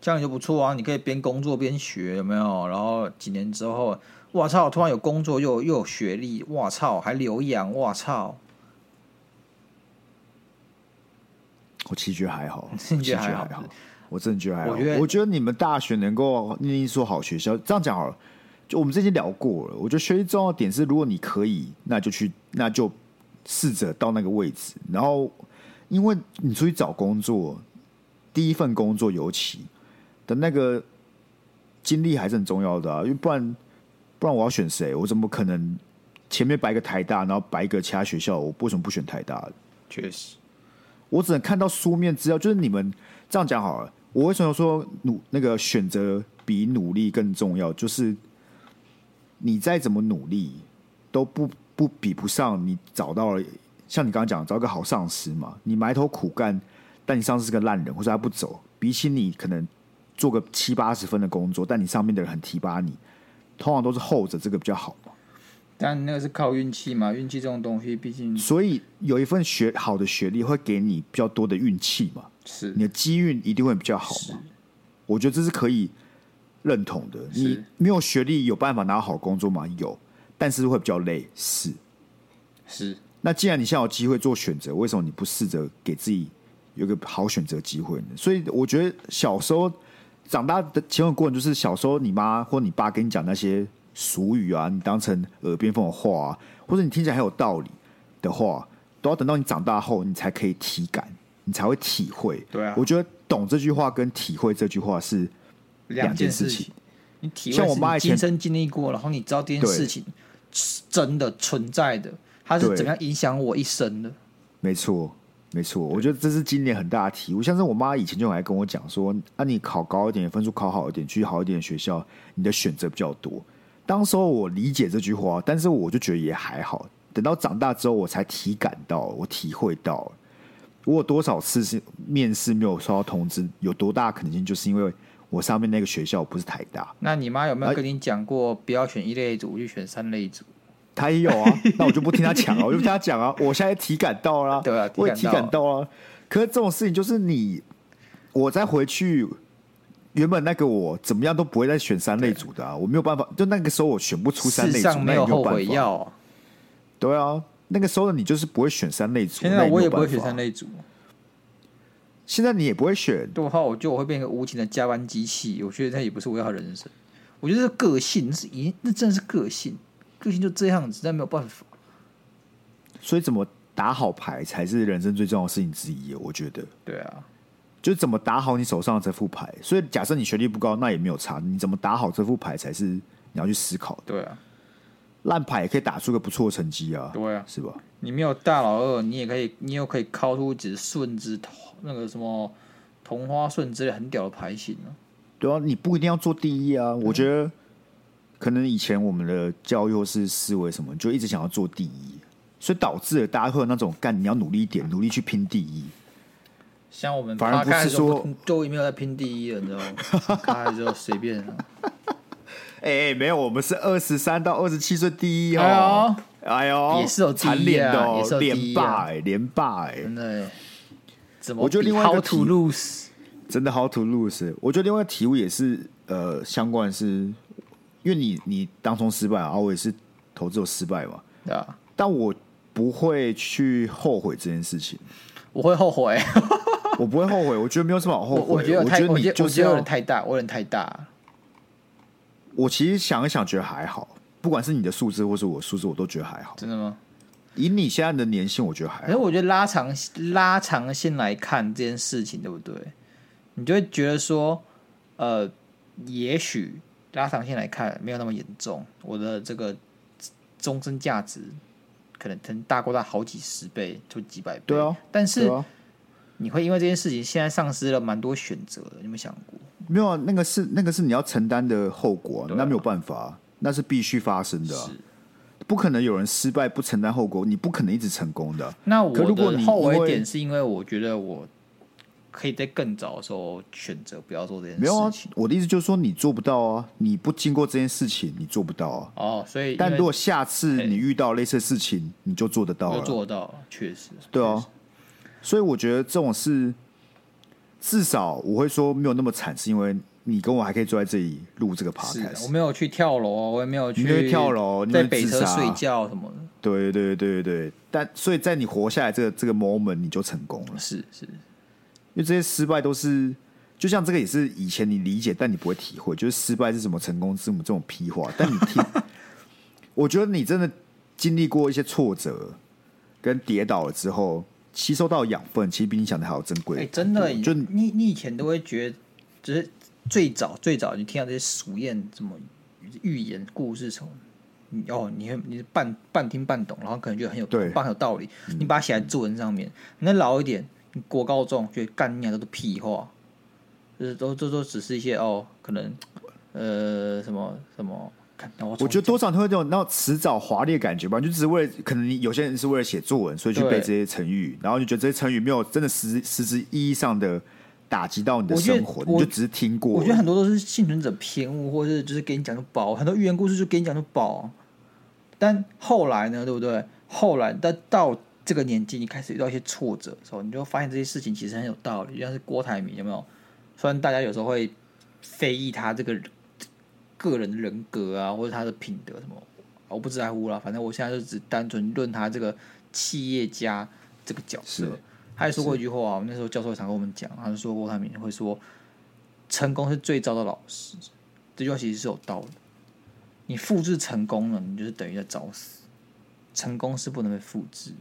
B: 这样就不错啊！你可以边工作边学，有没有？然后几年之后，哇操！突然有工作又有又有学历，哇操！还留洋，哇操！
A: 我其实觉得还 好，
B: 真的觉得
A: 我其实
B: 还好
A: 还好，我真的觉得还好。
B: 我觉得
A: 我觉得你们大学能够念一所好学校，这样讲好了。就我们之前聊过了，我觉得学习重要的点是，如果你可以，那就去，那就试着到那个位置。然后，因为你出去找工作，第一份工作尤其的那个经历还是很重要的啊，因为不然不然我要选谁？我怎么可能前面摆一个台大，然后摆一个其他学校？我为什么不选台大？
B: 确实，
A: 我只能看到书面资料，就是你们这样讲好了。我为什么说努那个选择比努力更重要？就是你再怎么努力，都不不比不上你找到了，像你刚刚讲，找一个好上司嘛。你埋头苦干，但你上司是个烂人，或者他不走，比起你可能做个七八十分的工作，但你上面的人很提拔你，通常都是后者这个比较好嘛。
B: 但那个是靠运气嘛，运气这种东西，毕竟
A: 所以有一份学好的学历会给你比较多的运气嘛。
B: 是
A: 你的机运一定会比较好嘛。我觉得这是可以认同的。
B: 是
A: 你没有学历有办法拿到好工作吗？有，但是会比较累。是。
B: 是
A: 那既然你现在有机会做选择，为什么你不试着给自己有个好选择机会呢？所以我觉得小时候长大的前往过程，就是小时候你妈或你爸跟你讲那些俗语啊，你当成耳边风的话、啊，或者你听起来很有道理的话，都要等到你长大后，你才可以体感，你才会体会。
B: 对啊
A: 我觉得懂这句话跟体会这句话是
B: 两
A: 两件
B: 事
A: 事情。
B: 你体
A: 像
B: 会
A: 我
B: 是
A: 妈
B: 你
A: 以
B: 亲
A: 前
B: 身经历过，然后你知道这件
A: 对
B: 事情是真的存在的，它是
A: 对
B: 怎么样影响我一生的。
A: 没错，没错，我觉得这是今年很大的体悟。像是我妈以前就还跟我讲说，啊，你考高一点，分数考好一点，去好一点的学校，你的选择比较多。当时候我理解这句话，但是我就觉得也还好。等到长大之后，我才体感到，我体会到，我有多少次是面试没有收到通知，有多大可能性，就是因为我上面那个学校不是台大，
B: 那你妈有没有
A: 哎
B: 跟你讲过，不要选一类组，去选三类组？
A: 他也有 啊，那我就不听他讲了，我就不听他讲啊，我现在体感到了、
B: 对啊
A: 我也体
B: 体感
A: 感
B: 到
A: 到啊。可是这种事情就是你，我再回去，原本那个我怎么样都不会再选三类组的啊，我没有办法，就那个时候我选不出三
B: 世
A: 类组，
B: 上
A: 那也
B: 有
A: 没
B: 后
A: 办
B: 悔
A: 法。
B: 药啊，
A: 对啊，那个时候的你就是不会选三类组，
B: 现
A: 那
B: 在我
A: 没
B: 也
A: 有
B: 不会
A: 办
B: 选
A: 法
B: 三，类组，
A: 现在你也不会选，
B: 对的话，我觉得我会变一个无情的加班机器。我觉得那也不是我要的人生。我觉得这个个性那是一，那真的是个性，个性就这样子，但没有办法。
A: 所以怎么打好牌才是人生最重要的事情之一，我觉得。
B: 对啊，
A: 就是怎么打好你手上的这副牌，所以假设你学历不高，那也没有差。你怎么打好这副牌才是你要去思考的。
B: 对啊，
A: 烂牌也可以打出个不错的成绩啊，
B: 对啊，
A: 是吧？
B: 你没有大老二，你也可以，你又可以靠出一只顺之头那个什么同花顺之类很屌的牌型啊。
A: 对啊，你不一定要做第一啊。我觉得可能以前我们的教育或是思维什么，就一直想要做第一，所以导致了大家会有那种干，你要努力一点，努力去拼第一。
B: 像我们
A: 反而不是
B: podcast 就
A: 说
B: 就没有在拼第一了，你知道吗？开始就随便啊了。
A: 哎、哎没有，我们是二十三到二十七岁第一哦。
B: 哎
A: 哎呦，
B: 也是有第一啊
A: 残脸的哦
B: 也是，有第
A: 连
B: 一啊
A: 霸哎、连霸哎、
B: 真的耶，怎么
A: 我觉得另外一个
B: how
A: 题
B: to lose
A: 真的 how to lose。我觉欸得另外一个体悟也是呃相关的是，因为你你当中失败啊，我也是投资有失败嘛，
B: 对啊吧？
A: 但我不会去后悔这件事情，
B: 我会后悔，
A: 我不会后 悔，我觉得没有什么好后
B: 我
A: 悔。我
B: 我觉得我太我
A: 你
B: 觉得
A: 就
B: 我
A: 是
B: 觉得
A: 要
B: 有点太大，我有点太大。
A: 我其实想一想，觉得还好。不管是你的数字，或是我的数字，我都觉得还好。
B: 真的吗？
A: 以你现在的年薪，我觉得还
B: 可是
A: 好。
B: 我觉得拉长拉长线来看这件事情，对不对？你就会觉得说，呃，也许拉长线来看没有那么严重，我的这个终身价值可能可能大过他好几十倍，就几百倍。
A: 对啊，
B: 但是
A: 对啊，
B: 你会因为这件事情，现在丧失了蛮多选择的，你有没有想过？
A: 没有啊，那个是那个是你要承担的后果啊、
B: 对啊
A: 那没有办法啊、那是必须发生的啊、
B: 是
A: 不可能有人失败不承担后果，你不可能一直成功的啊、
B: 那我
A: 可如果
B: 的
A: 你
B: 后
A: 因
B: 悔
A: 为
B: 点是因为我觉得我可以在更早的时候选择不要做这件
A: 没有啊
B: 事情。，
A: 我的意思就是说你做不到啊，你不经过这件事情，你做不到啊。
B: 哦，所以因
A: 但
B: 为
A: 如果下次
B: 嘿
A: 你遇到类似的事情，你就做得到
B: 我
A: 了。
B: 做到了，确实。
A: 对
B: 确
A: 啊
B: 实，，
A: 所以我觉得这种事，至少我会说没有那么惨，是因为你跟我还可以坐在这里录这个
B: 是的
A: podcast
B: 我。没有去跳楼，啊我也没有
A: 啊你会
B: 去
A: 跳楼你
B: 在
A: 会
B: 北
A: 自
B: 车
A: 杀啊
B: 睡觉什么的。
A: 对对对对对，但所以在你活下来这个这个 moment，你就成功了，
B: 是是，
A: 因为这些失败都是。就像这个也是以前你理解，但你不会体会，就是失败是什么，成功是什么这种屁话。但你听，我觉得你真的经历过一些挫折跟跌倒了之后，吸收到养分，其实比你想的还要珍
B: 哎、
A: 贵。
B: 真的耶，
A: 就
B: 你你以前都会觉得，只是最早最早你听到这些俗谚、什么寓言故事什么，你哦，你会你是半半听半懂，然后可能觉得很有
A: 对嗯
B: 半有道理，你把它写在作文上面。你再老一点，你国高中觉得干你啊都是屁话，就是都都都只是一些哦，可能呃什么什么，看哦我
A: 我
B: 重
A: 觉得多少都会有这种那种迟早华丽的感觉吧，你就只是为了可能你有些人是为了写作文，所以去
B: 对
A: 背这些成语，然后你觉得这些成语没有真的实实质意义上的打击到你的
B: 我觉得
A: 生活，
B: 我
A: 你就只是听过。
B: 我觉得很多都是幸存者偏误，或是就是给你讲就饱，很多寓言故事就给你讲就饱。但后来呢，对不对？后来但到这个年纪，你开始遇到一些挫折的时候，你就会发现这些事情其实很有道理。就像是郭台铭有没有？虽然大家有时候会非议他这个人个人的人格啊，或者他的品德什么，我不在乎啦。反正我现在就只单纯论他这个企业家这个角色
A: 是。
B: 他也说过一句话、啊，我们那时候教授常跟我们讲，啊他就说郭台铭会说，成功是最糟的老师。这句话其实是有道理的。你复制成功了，你就是等于在找死。成功是不能被复制，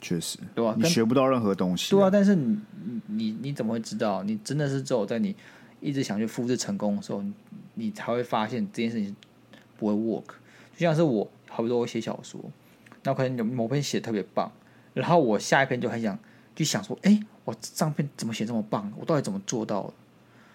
A: 确实，
B: 对吧、
A: 你
B: 跟
A: 学不到任何东西。
B: 对啊，但是你你你你怎么会知道？你真的是只有在你一直想去复制成功的时候，你你才会发现这件事情不会 work。就像是我，好比说我写小说，那可能有某篇写得特别棒，然后我下一篇就很想就想说，哎、我上篇怎么写这么棒？我到底怎么做到的？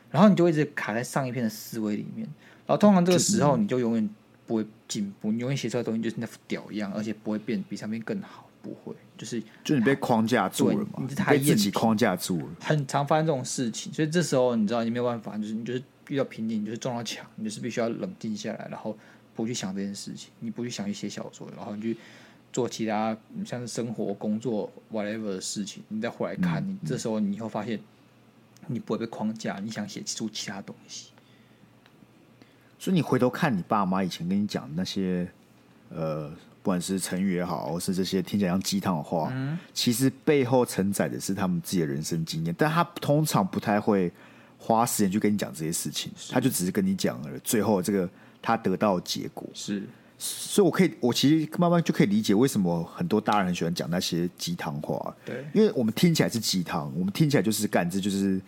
B: 然后你就会一直卡在上一篇的思维里面，然后通常这个时候你就永远不会进步，你永远写出来的东西就是那副屌一样，而且不会变比上面更好，不会，就是
A: 就你被框架住了嘛
B: 对，你是
A: 你
B: 太
A: 被自己
B: 厌疲
A: 框架住了。
B: 很常发生这种事情，所以这时候你知道你没有办法，就是你就是遇到瓶颈，你就是撞到墙，你就是必须要冷静下来，然后不去想这件事情，你不去想去写小说，然后你去做其他嗯像是生活、工作 whatever 的事情，你再回来看，你这时候你会发现你不会被框架，你想写出其他东西。
A: 所以你回头看你爸妈以前跟你讲的那些，呃，不管是成语也好，或是这些听起来像鸡汤的话，
B: 嗯
A: 其实背后承载的是他们自己的人生经验，但他通常不太会花时间去跟你讲这些事情，他就只是跟你讲了最后这个他得到的结果。
B: 是，
A: 所以我可以，我其实慢慢就可以理解为什么很多大人很喜欢讲那些鸡汤话，
B: 对，
A: 因为我们听起来是鸡汤，我们听起来就是干这就是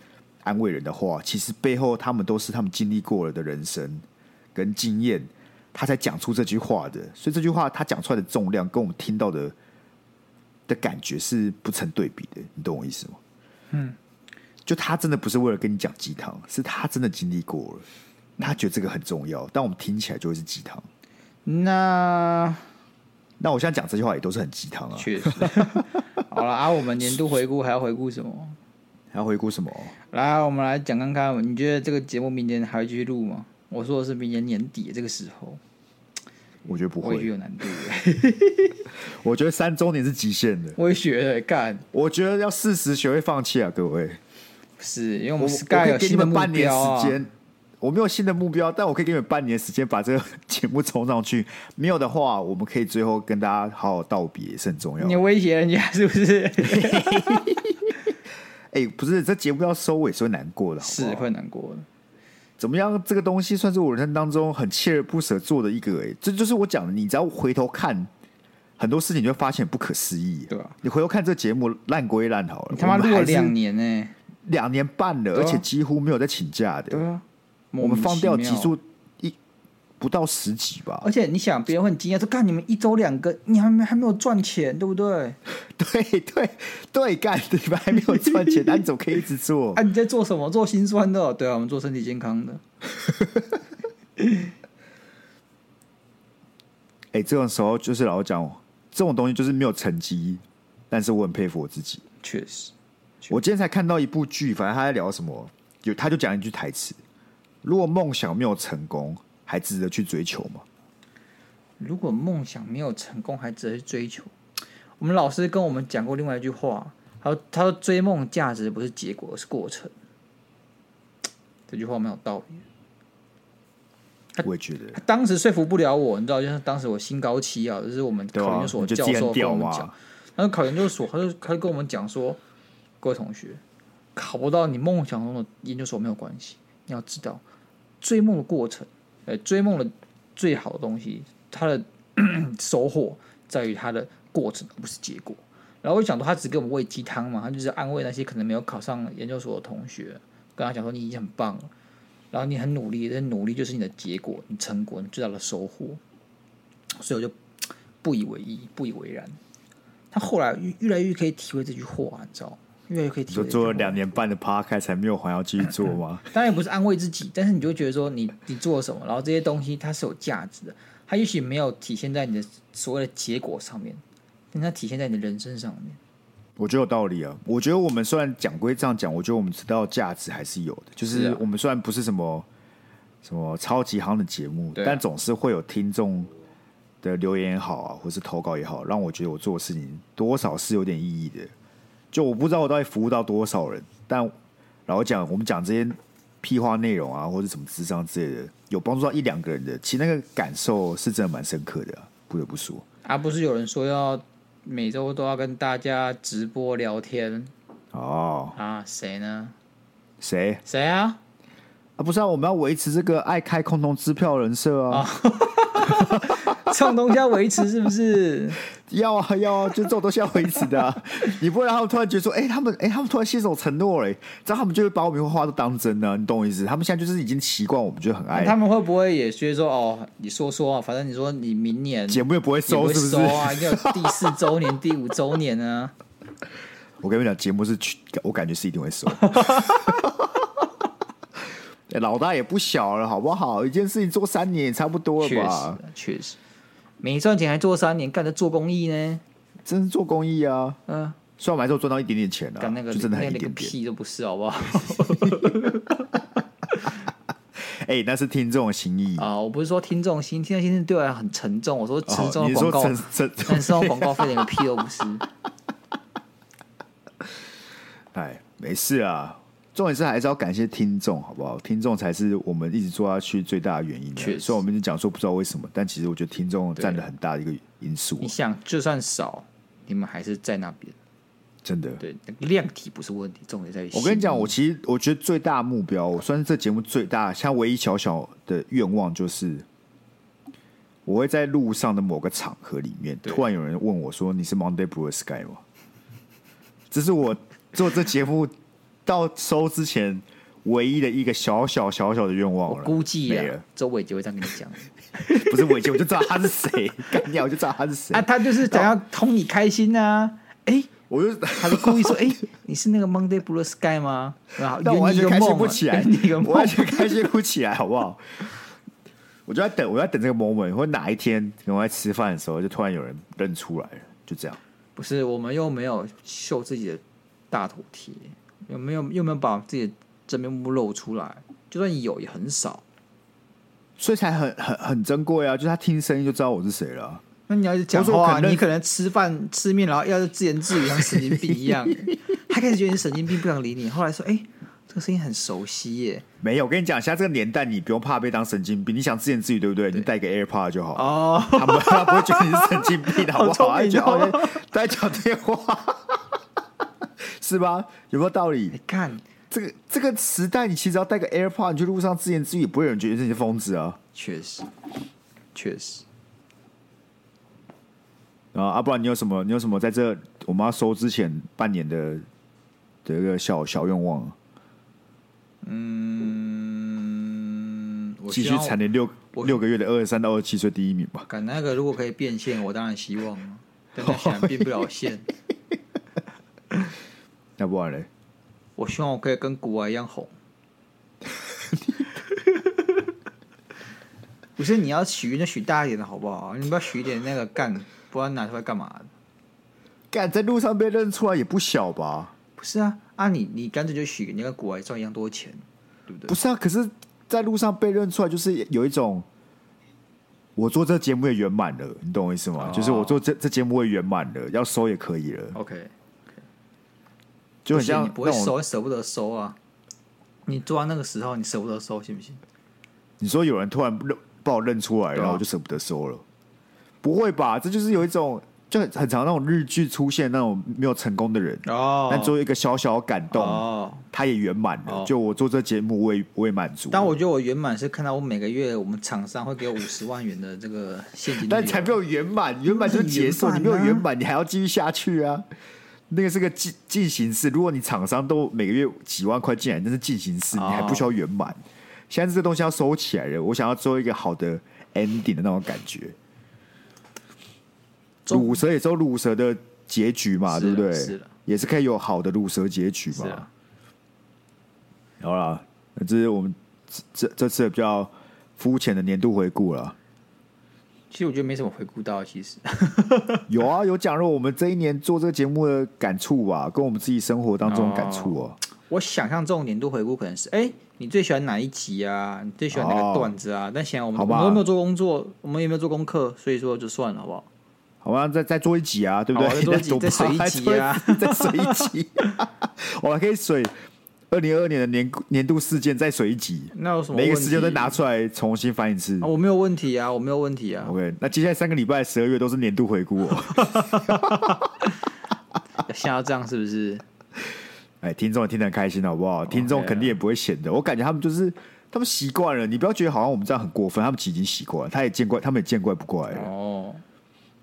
A: 安慰人的话，其实背后他们都是他们经历过了的人生跟经验，他才讲出这句话的。所以这句话他讲出来的重量跟我们听到的的感觉是不成对比的，你懂我意思吗？嗯，就他真的不是为了跟你讲鸡汤，是他真的经历过了。他觉得这个很重要，但我们听起来就会是鸡汤。
B: 那
A: 那我现在讲这句话也都是很鸡汤啊。
B: 确实，好了啊，我们年度回顾还要回顾什么？
A: 还要回顾什么？
B: 来，我们来讲看看，你觉得这个节目明年还会继续录吗？我说的是明年年底这个时候，
A: 我觉得不
B: 我也觉
A: 会，
B: 得有难度 耶。
A: 我觉得三周年是极限的。
B: 我也觉得干
A: 我觉得要适时学会放弃啊，各位。
B: 是因为我
A: 我
B: 们
A: 我可
B: 嗯 Sky
A: 以
B: 有
A: 给你
B: 新的
A: 们
B: 目
A: 半年
B: 标啊
A: 时。间，我没有新的目标，但我可以给你们半年时间把这个节目冲上去。没有的话，我们可以最后跟大家好好道别，也是很重要
B: 你。威胁人家是不是？
A: 哎、不是，这节目要收尾是会难过的，好不
B: 是
A: 好
B: 会难过的。
A: 怎么样？这个东西算是我人生当中很锲而不舍做的一个、哎，这就是我讲的，你只要回头看。很多事情你会发现不可思议、哎
B: 对啊
A: 你回头看这节目烂归烂好了，
B: 你他妈
A: 我们
B: 录了
A: 还是
B: 两年呢、
A: 两年半了，
B: 对啊
A: 而且几乎没有在请假的。
B: 对啊，
A: 我们放掉集
B: 集
A: 数一不到十集吧？
B: 而且你想，别人会很惊讶说：“干，你们一周两更，你还没还没有赚钱，对不对？
A: 对对对，干你们还没有赚钱，那你怎么可以一直 做
B: 啊，？你在做什么？做心酸的哦、对啊，我们做身体健康的。
A: 哎、这种时候就是老实讲，这种东西就是没有成绩，但是我很佩服我自己。
B: 确实，
A: 我今天才看到一部剧，反正他在聊什么，有他就讲一句台词：如果梦想没有成功，还值得去追求吗？
B: 如果梦想没有成功，还值得去追求。我们老师跟我们讲过另外一句话，他说：“他说追梦价值不是结果，而是过程。”这句话蛮有道理的。
A: 我也觉得，
B: 当时说服不了我，你知道，就是当时我心高气傲，就是我们
A: 对
B: 考
A: 吧、啊
B: 研
A: 你
B: 究所
A: 就
B: 的
A: 自
B: 教
A: 己
B: 授
A: 很
B: 跟
A: 屌
B: 我们
A: 嘛
B: 讲，，然后考研究所他就他就跟我们讲说，各位同学，考不到你梦想中的研究所没有关系，你要知道追梦的过程，呃，追梦的最好的东西，它的 收获在于它的过程，而不是结果。然后我就想说，他只给我们喂鸡汤嘛，他就是安慰那些可能没有考上研究所的同学，跟他讲说你已经很棒了，然后你很努力，这努力就是你的结果，你成果，你最大的收获。所以我就不以为意，不以为然。他后来越越来越可以体会这句话，你知道吗？越来越可以
A: 你
B: 体
A: 说
B: 会这句话。
A: 做了两年半的 p 开才没有还要继续做吗？
B: 当然也不是安慰自己，但是你就会觉得说你你做了什么，然后这些东西它是有价值的，它也许没有体现在你的所谓的结果上面，但它体现在你的人生上面。
A: 我觉得有道理啊。我觉得我们虽然讲归这样讲，我觉得我们知道的价值还是有的。就是是
B: 啊
A: 我们虽然不是什么什么超级夯的节目，
B: 对啊
A: 但总是会有听众的留言也好啊，或是投稿也好，让我觉得我做的事情多少是有点意义的。就我不知道我到底服务到多少人，但老实讲，我们讲这些屁话内容啊，或者什么智商之类的，有帮助到一两个人的，其实那个感受是真的蛮深刻的啊、不得不说。
B: 而不是有人说要每周都要跟大家直播聊天
A: 哦，
B: 啊？谁呢？
A: 谁？
B: 谁啊？
A: 啊，不是啊，我们要维持这个爱开空头支票人设啊，
B: 这种东西要维持是不是？
A: 要啊要啊，就这种东西要维持的、 啊，你不会让他们突然觉得说，哎、他们哎、他们突然信守承诺了、这样他们就会把我们话都当真啊呢、你懂我意思？他们现在就是已经习惯我们就很爱，
B: 哎他们会不会也觉得说哦，你说说啊，反正你说你明年
A: 节目也不会
B: 也不
A: 收，
B: 会
A: 是不是？
B: 收啊，一定有第四周年、第五周年啊。
A: 我跟你们讲，节目是去，我感觉是一定会 收。哎老大也不小了，好不好？一件事情做三年也差不多了
B: 确
A: 吧？
B: 实，确实，没赚钱还做三年，干着做公益呢。
A: 真是做公益啊！
B: 嗯、
A: 虽然我们还是有赚到一点点钱啊，
B: 干那个
A: 就真的
B: 那
A: 很一
B: 个
A: 点点。
B: 屁都不是，好不 好？
A: 哎、那是听众的心意
B: 啊，我不是说听众心，听众心是对我来讲很沉重。我说沉
A: 哦
B: 重
A: 你
B: 的
A: 说
B: 广告，
A: 陈陈
B: 沉重的广告费连个屁都不是。
A: 哎，没事啊。重点是还是要感谢听众，好不好？听众才是我们一直做下去最大的原因啊。
B: 确实
A: 虽然我们已经讲说不知道为什么，但其实我觉得听众占了很大的一个因素
B: 你
A: 啊，
B: 想，就算少，你们还是在那边。
A: 真的。
B: 对，那个量体不是问题，重点在于
A: 我跟你讲，
B: 心意
A: 我其实我觉得最大的目标，我算是这节目最大，现在唯一小小的愿望就是，我会在路上的某个场合里面，
B: 对
A: 突然有人问我说：“你是 Monday Blue Sky 吗？”这是我做这节目到收之前唯一的一个小小小小的愿望
B: 我
A: 了。
B: 估计
A: 没
B: 啊
A: 了，，
B: 周伟杰会这样跟 你讲
A: 不是我以 前我就知道他是谁，干掉我就知道他是谁
B: 啊，。他就是想要哄你开心啊。哎、
A: 我就
B: 他就故意说：“哎、你是那个 Monday Blue Sky 吗？”然后
A: 但我完
B: 圆你一
A: 全
B: 个
A: 开
B: 梦
A: 心
B: 啊，
A: 不起来
B: 圆你一个，
A: 我
B: 梦
A: 完全开心不起来，好不好？我就在等，我在等这个 moment，或者哪一天可能我在吃饭的时候，就突然有人认出来了，就这样。
B: 不是，我们又没有秀自己的大头贴，又没有又没有把自己的真面目露出来，就算有也很少。
A: 所以才很很很珍贵啊！就是他听声音就知道我是谁了啊。
B: 那你要一直讲
A: 我说我
B: 话，
A: 可能
B: 你可能吃饭吃面，然后要是自言自语，像神经病一 样。他开始觉得你神经病，不想理你。后来说：“哎、这个声音很熟悉耶。
A: 没有，我跟你讲，现在这个年代，你不用怕被当神经病。你想自言自语，对不对？你带个 AirPod 就”好，
B: 哦，
A: 他不他不会觉得你是神经 病的，好不好？
B: 好聪明
A: 他
B: 哦
A: 就觉得哦在讲电话， 是吧？有没有道理
B: 你？看，
A: 这个这个时代，你其实要带个 AirPod，你去路上自言自语，也不会有人觉得你是疯子啊。
B: 确实，确实，
A: 啊，啊，不然你有什么？你有什么在这我们要收之前半年的的一个小小愿望啊？
B: 嗯，我
A: 继
B: 希
A: 续
B: 望
A: 蝉联六六个月的二十三到二十七岁第一名吧。
B: 赶那个如果可以变现，我当然希望了，但它显然 变不了现。
A: 要不然嘞？
B: 我希望我可以跟古玩一样 红。不是你要许，就许大一点的好不好？你不要许一点那个干，不然拿出来干嘛的？
A: 干在路上被认出来也不小吧？
B: 不是啊，啊你你干脆就许，你跟古玩赚一样多钱，对不对？
A: 不是啊，可是，在路上被认出来，就是有一种我做这节目也圆满了，你懂我意思吗？
B: 哦
A: 就是我做这这节目也圆满了，要收也可以了，
B: OK，
A: 就很
B: 不行
A: 像
B: 你不会
A: 那种
B: 收，舍不得收啊。你做到那个时候，你舍不得收，信不信？
A: 你说有人突然认把我认出来，
B: 对啊
A: 然后我就舍不得收了，不会吧？这就是有一种就很很常那种日剧出现那种没有成功的人，
B: 哦
A: 但做一个小小的感动，
B: 哦，
A: 他也圆满了。
B: 哦
A: 就我做这节目，我也我也满足了。
B: 但我觉得我圆满是看到我每个月我们厂商会给我五十万元的这个现金流，
A: 但才没有圆满，圆满就是结束，
B: 圆满啊
A: 你没有圆满，你还要继续下去啊。那个是个进进行式，如果你厂商都每个月几万块进来，那是进行式，你
B: 哦
A: 还不需要圆满。现在这个东西要收起来了，我想要做一个好的 ending 的那种感觉。
B: 中
A: 乳蛇也是有乳蛇的结局嘛，对
B: 是啊
A: 不对？
B: 是啊
A: 也是可以有好的乳蛇结局嘛
B: 是。啊
A: 好啦，那这是我们这这这次比较肤浅的年度回顾 了。
B: 其实我觉得没什么回顾到，其实
A: 有啊，有讲了我们这一年做这个节目的感触吧，跟我们自己生活当中的感触哦、
B: 我想象这种年度回顾可能是，哎、你最喜欢哪一集啊？你最喜欢哪
A: 哦
B: 个段子啊？但显然我们
A: 好
B: 我
A: 吧
B: 们都没有做工作，我们也没有做功课，所以说就算了，好不好？
A: 好吧，再再做一集啊，对不
B: 好啊
A: 对？
B: 再做一集
A: 多
B: 再水一集啊，
A: 再水一集，我还可以水二零二二年的年年度事件再水一集，
B: 那有什么问
A: 每
B: 题？
A: 个事件都拿出来重新翻一次
B: 啊，。我没有问题啊，我没有问题 啊，
A: OK，那接下来三个礼拜十二月都是年度回顾哦。
B: 现在要这样是不是？
A: 哎，听众也听得很开心，好不
B: 哦
A: 好？听众肯定也不会闲
B: 啊
A: 的，我感觉他们就是他们习惯了，你不要觉得好像我们这样很过分，他们其实已经习惯了，他也见怪，他们也见怪不怪了。
B: 哦，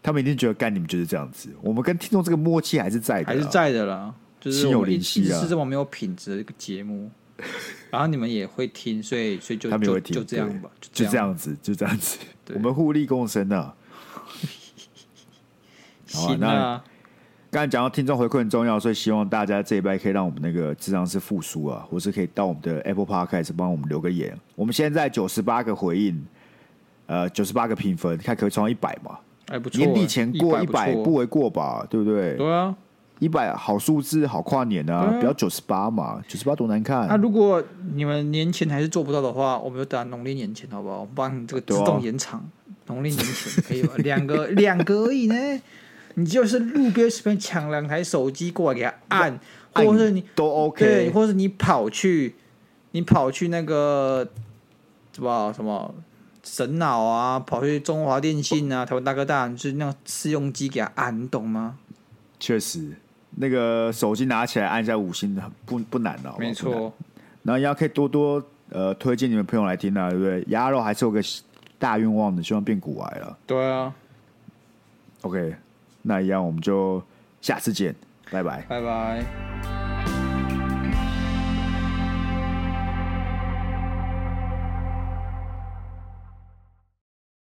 A: 他们一定觉得干你们就是这样子。我们跟听众这个默契还是在的、
B: 还是。在的啦，就是
A: 啊心有
B: 我们一
A: 灵犀啊
B: 一直是这么没有品质的一个 节目，然后你们也会听，所以所以就
A: 他们也
B: 就
A: 会听，
B: 就这样吧，
A: 对就
B: 这
A: 这
B: 样，
A: 样子，就这样子。
B: 对
A: 我们互利共生啊！好啊
B: 行
A: 那
B: 啊，
A: 刚才讲到听众回馈很重要，所以希望大家这一拜可以让我们那个智商是复苏啊，或是可以到我们的 Apple Podcast 帮我们留个言。我们现在九十八个回应，呃，九十八个评分，看可不可以冲到一百嘛？
B: 还不错欸，
A: 年底前过一
B: 不错
A: 百不为过吧？对不对？
B: 对啊，
A: 一百好数字，好跨年啊！不要九十八嘛，九十八多难看。
B: 啊那如果你们年前还是做不到的话，我们就打农历年前好不好？我们帮你这个自动延长，农历年前可 以吧？两个两个而已呢，你就是路边随便抢两台手机过来给他按，
A: 按
B: 或者是你
A: 都 OK，
B: 对，或者是你跑去你跑去那个什么什么神脑啊，跑去中华电信啊、台湾大哥大，你就是那种试用机给他按，你懂吗？
A: 确实，那个手机拿起来按一下五星不不难的，好不好
B: 没。
A: 不难
B: 错，
A: 然后也可以多多呃推荐你们朋友来听啊，对不对？鸭肉还是有个大愿望的，希望变骨癌了。
B: 对啊，
A: OK，那一样我们就下次见，拜拜。
B: 拜拜。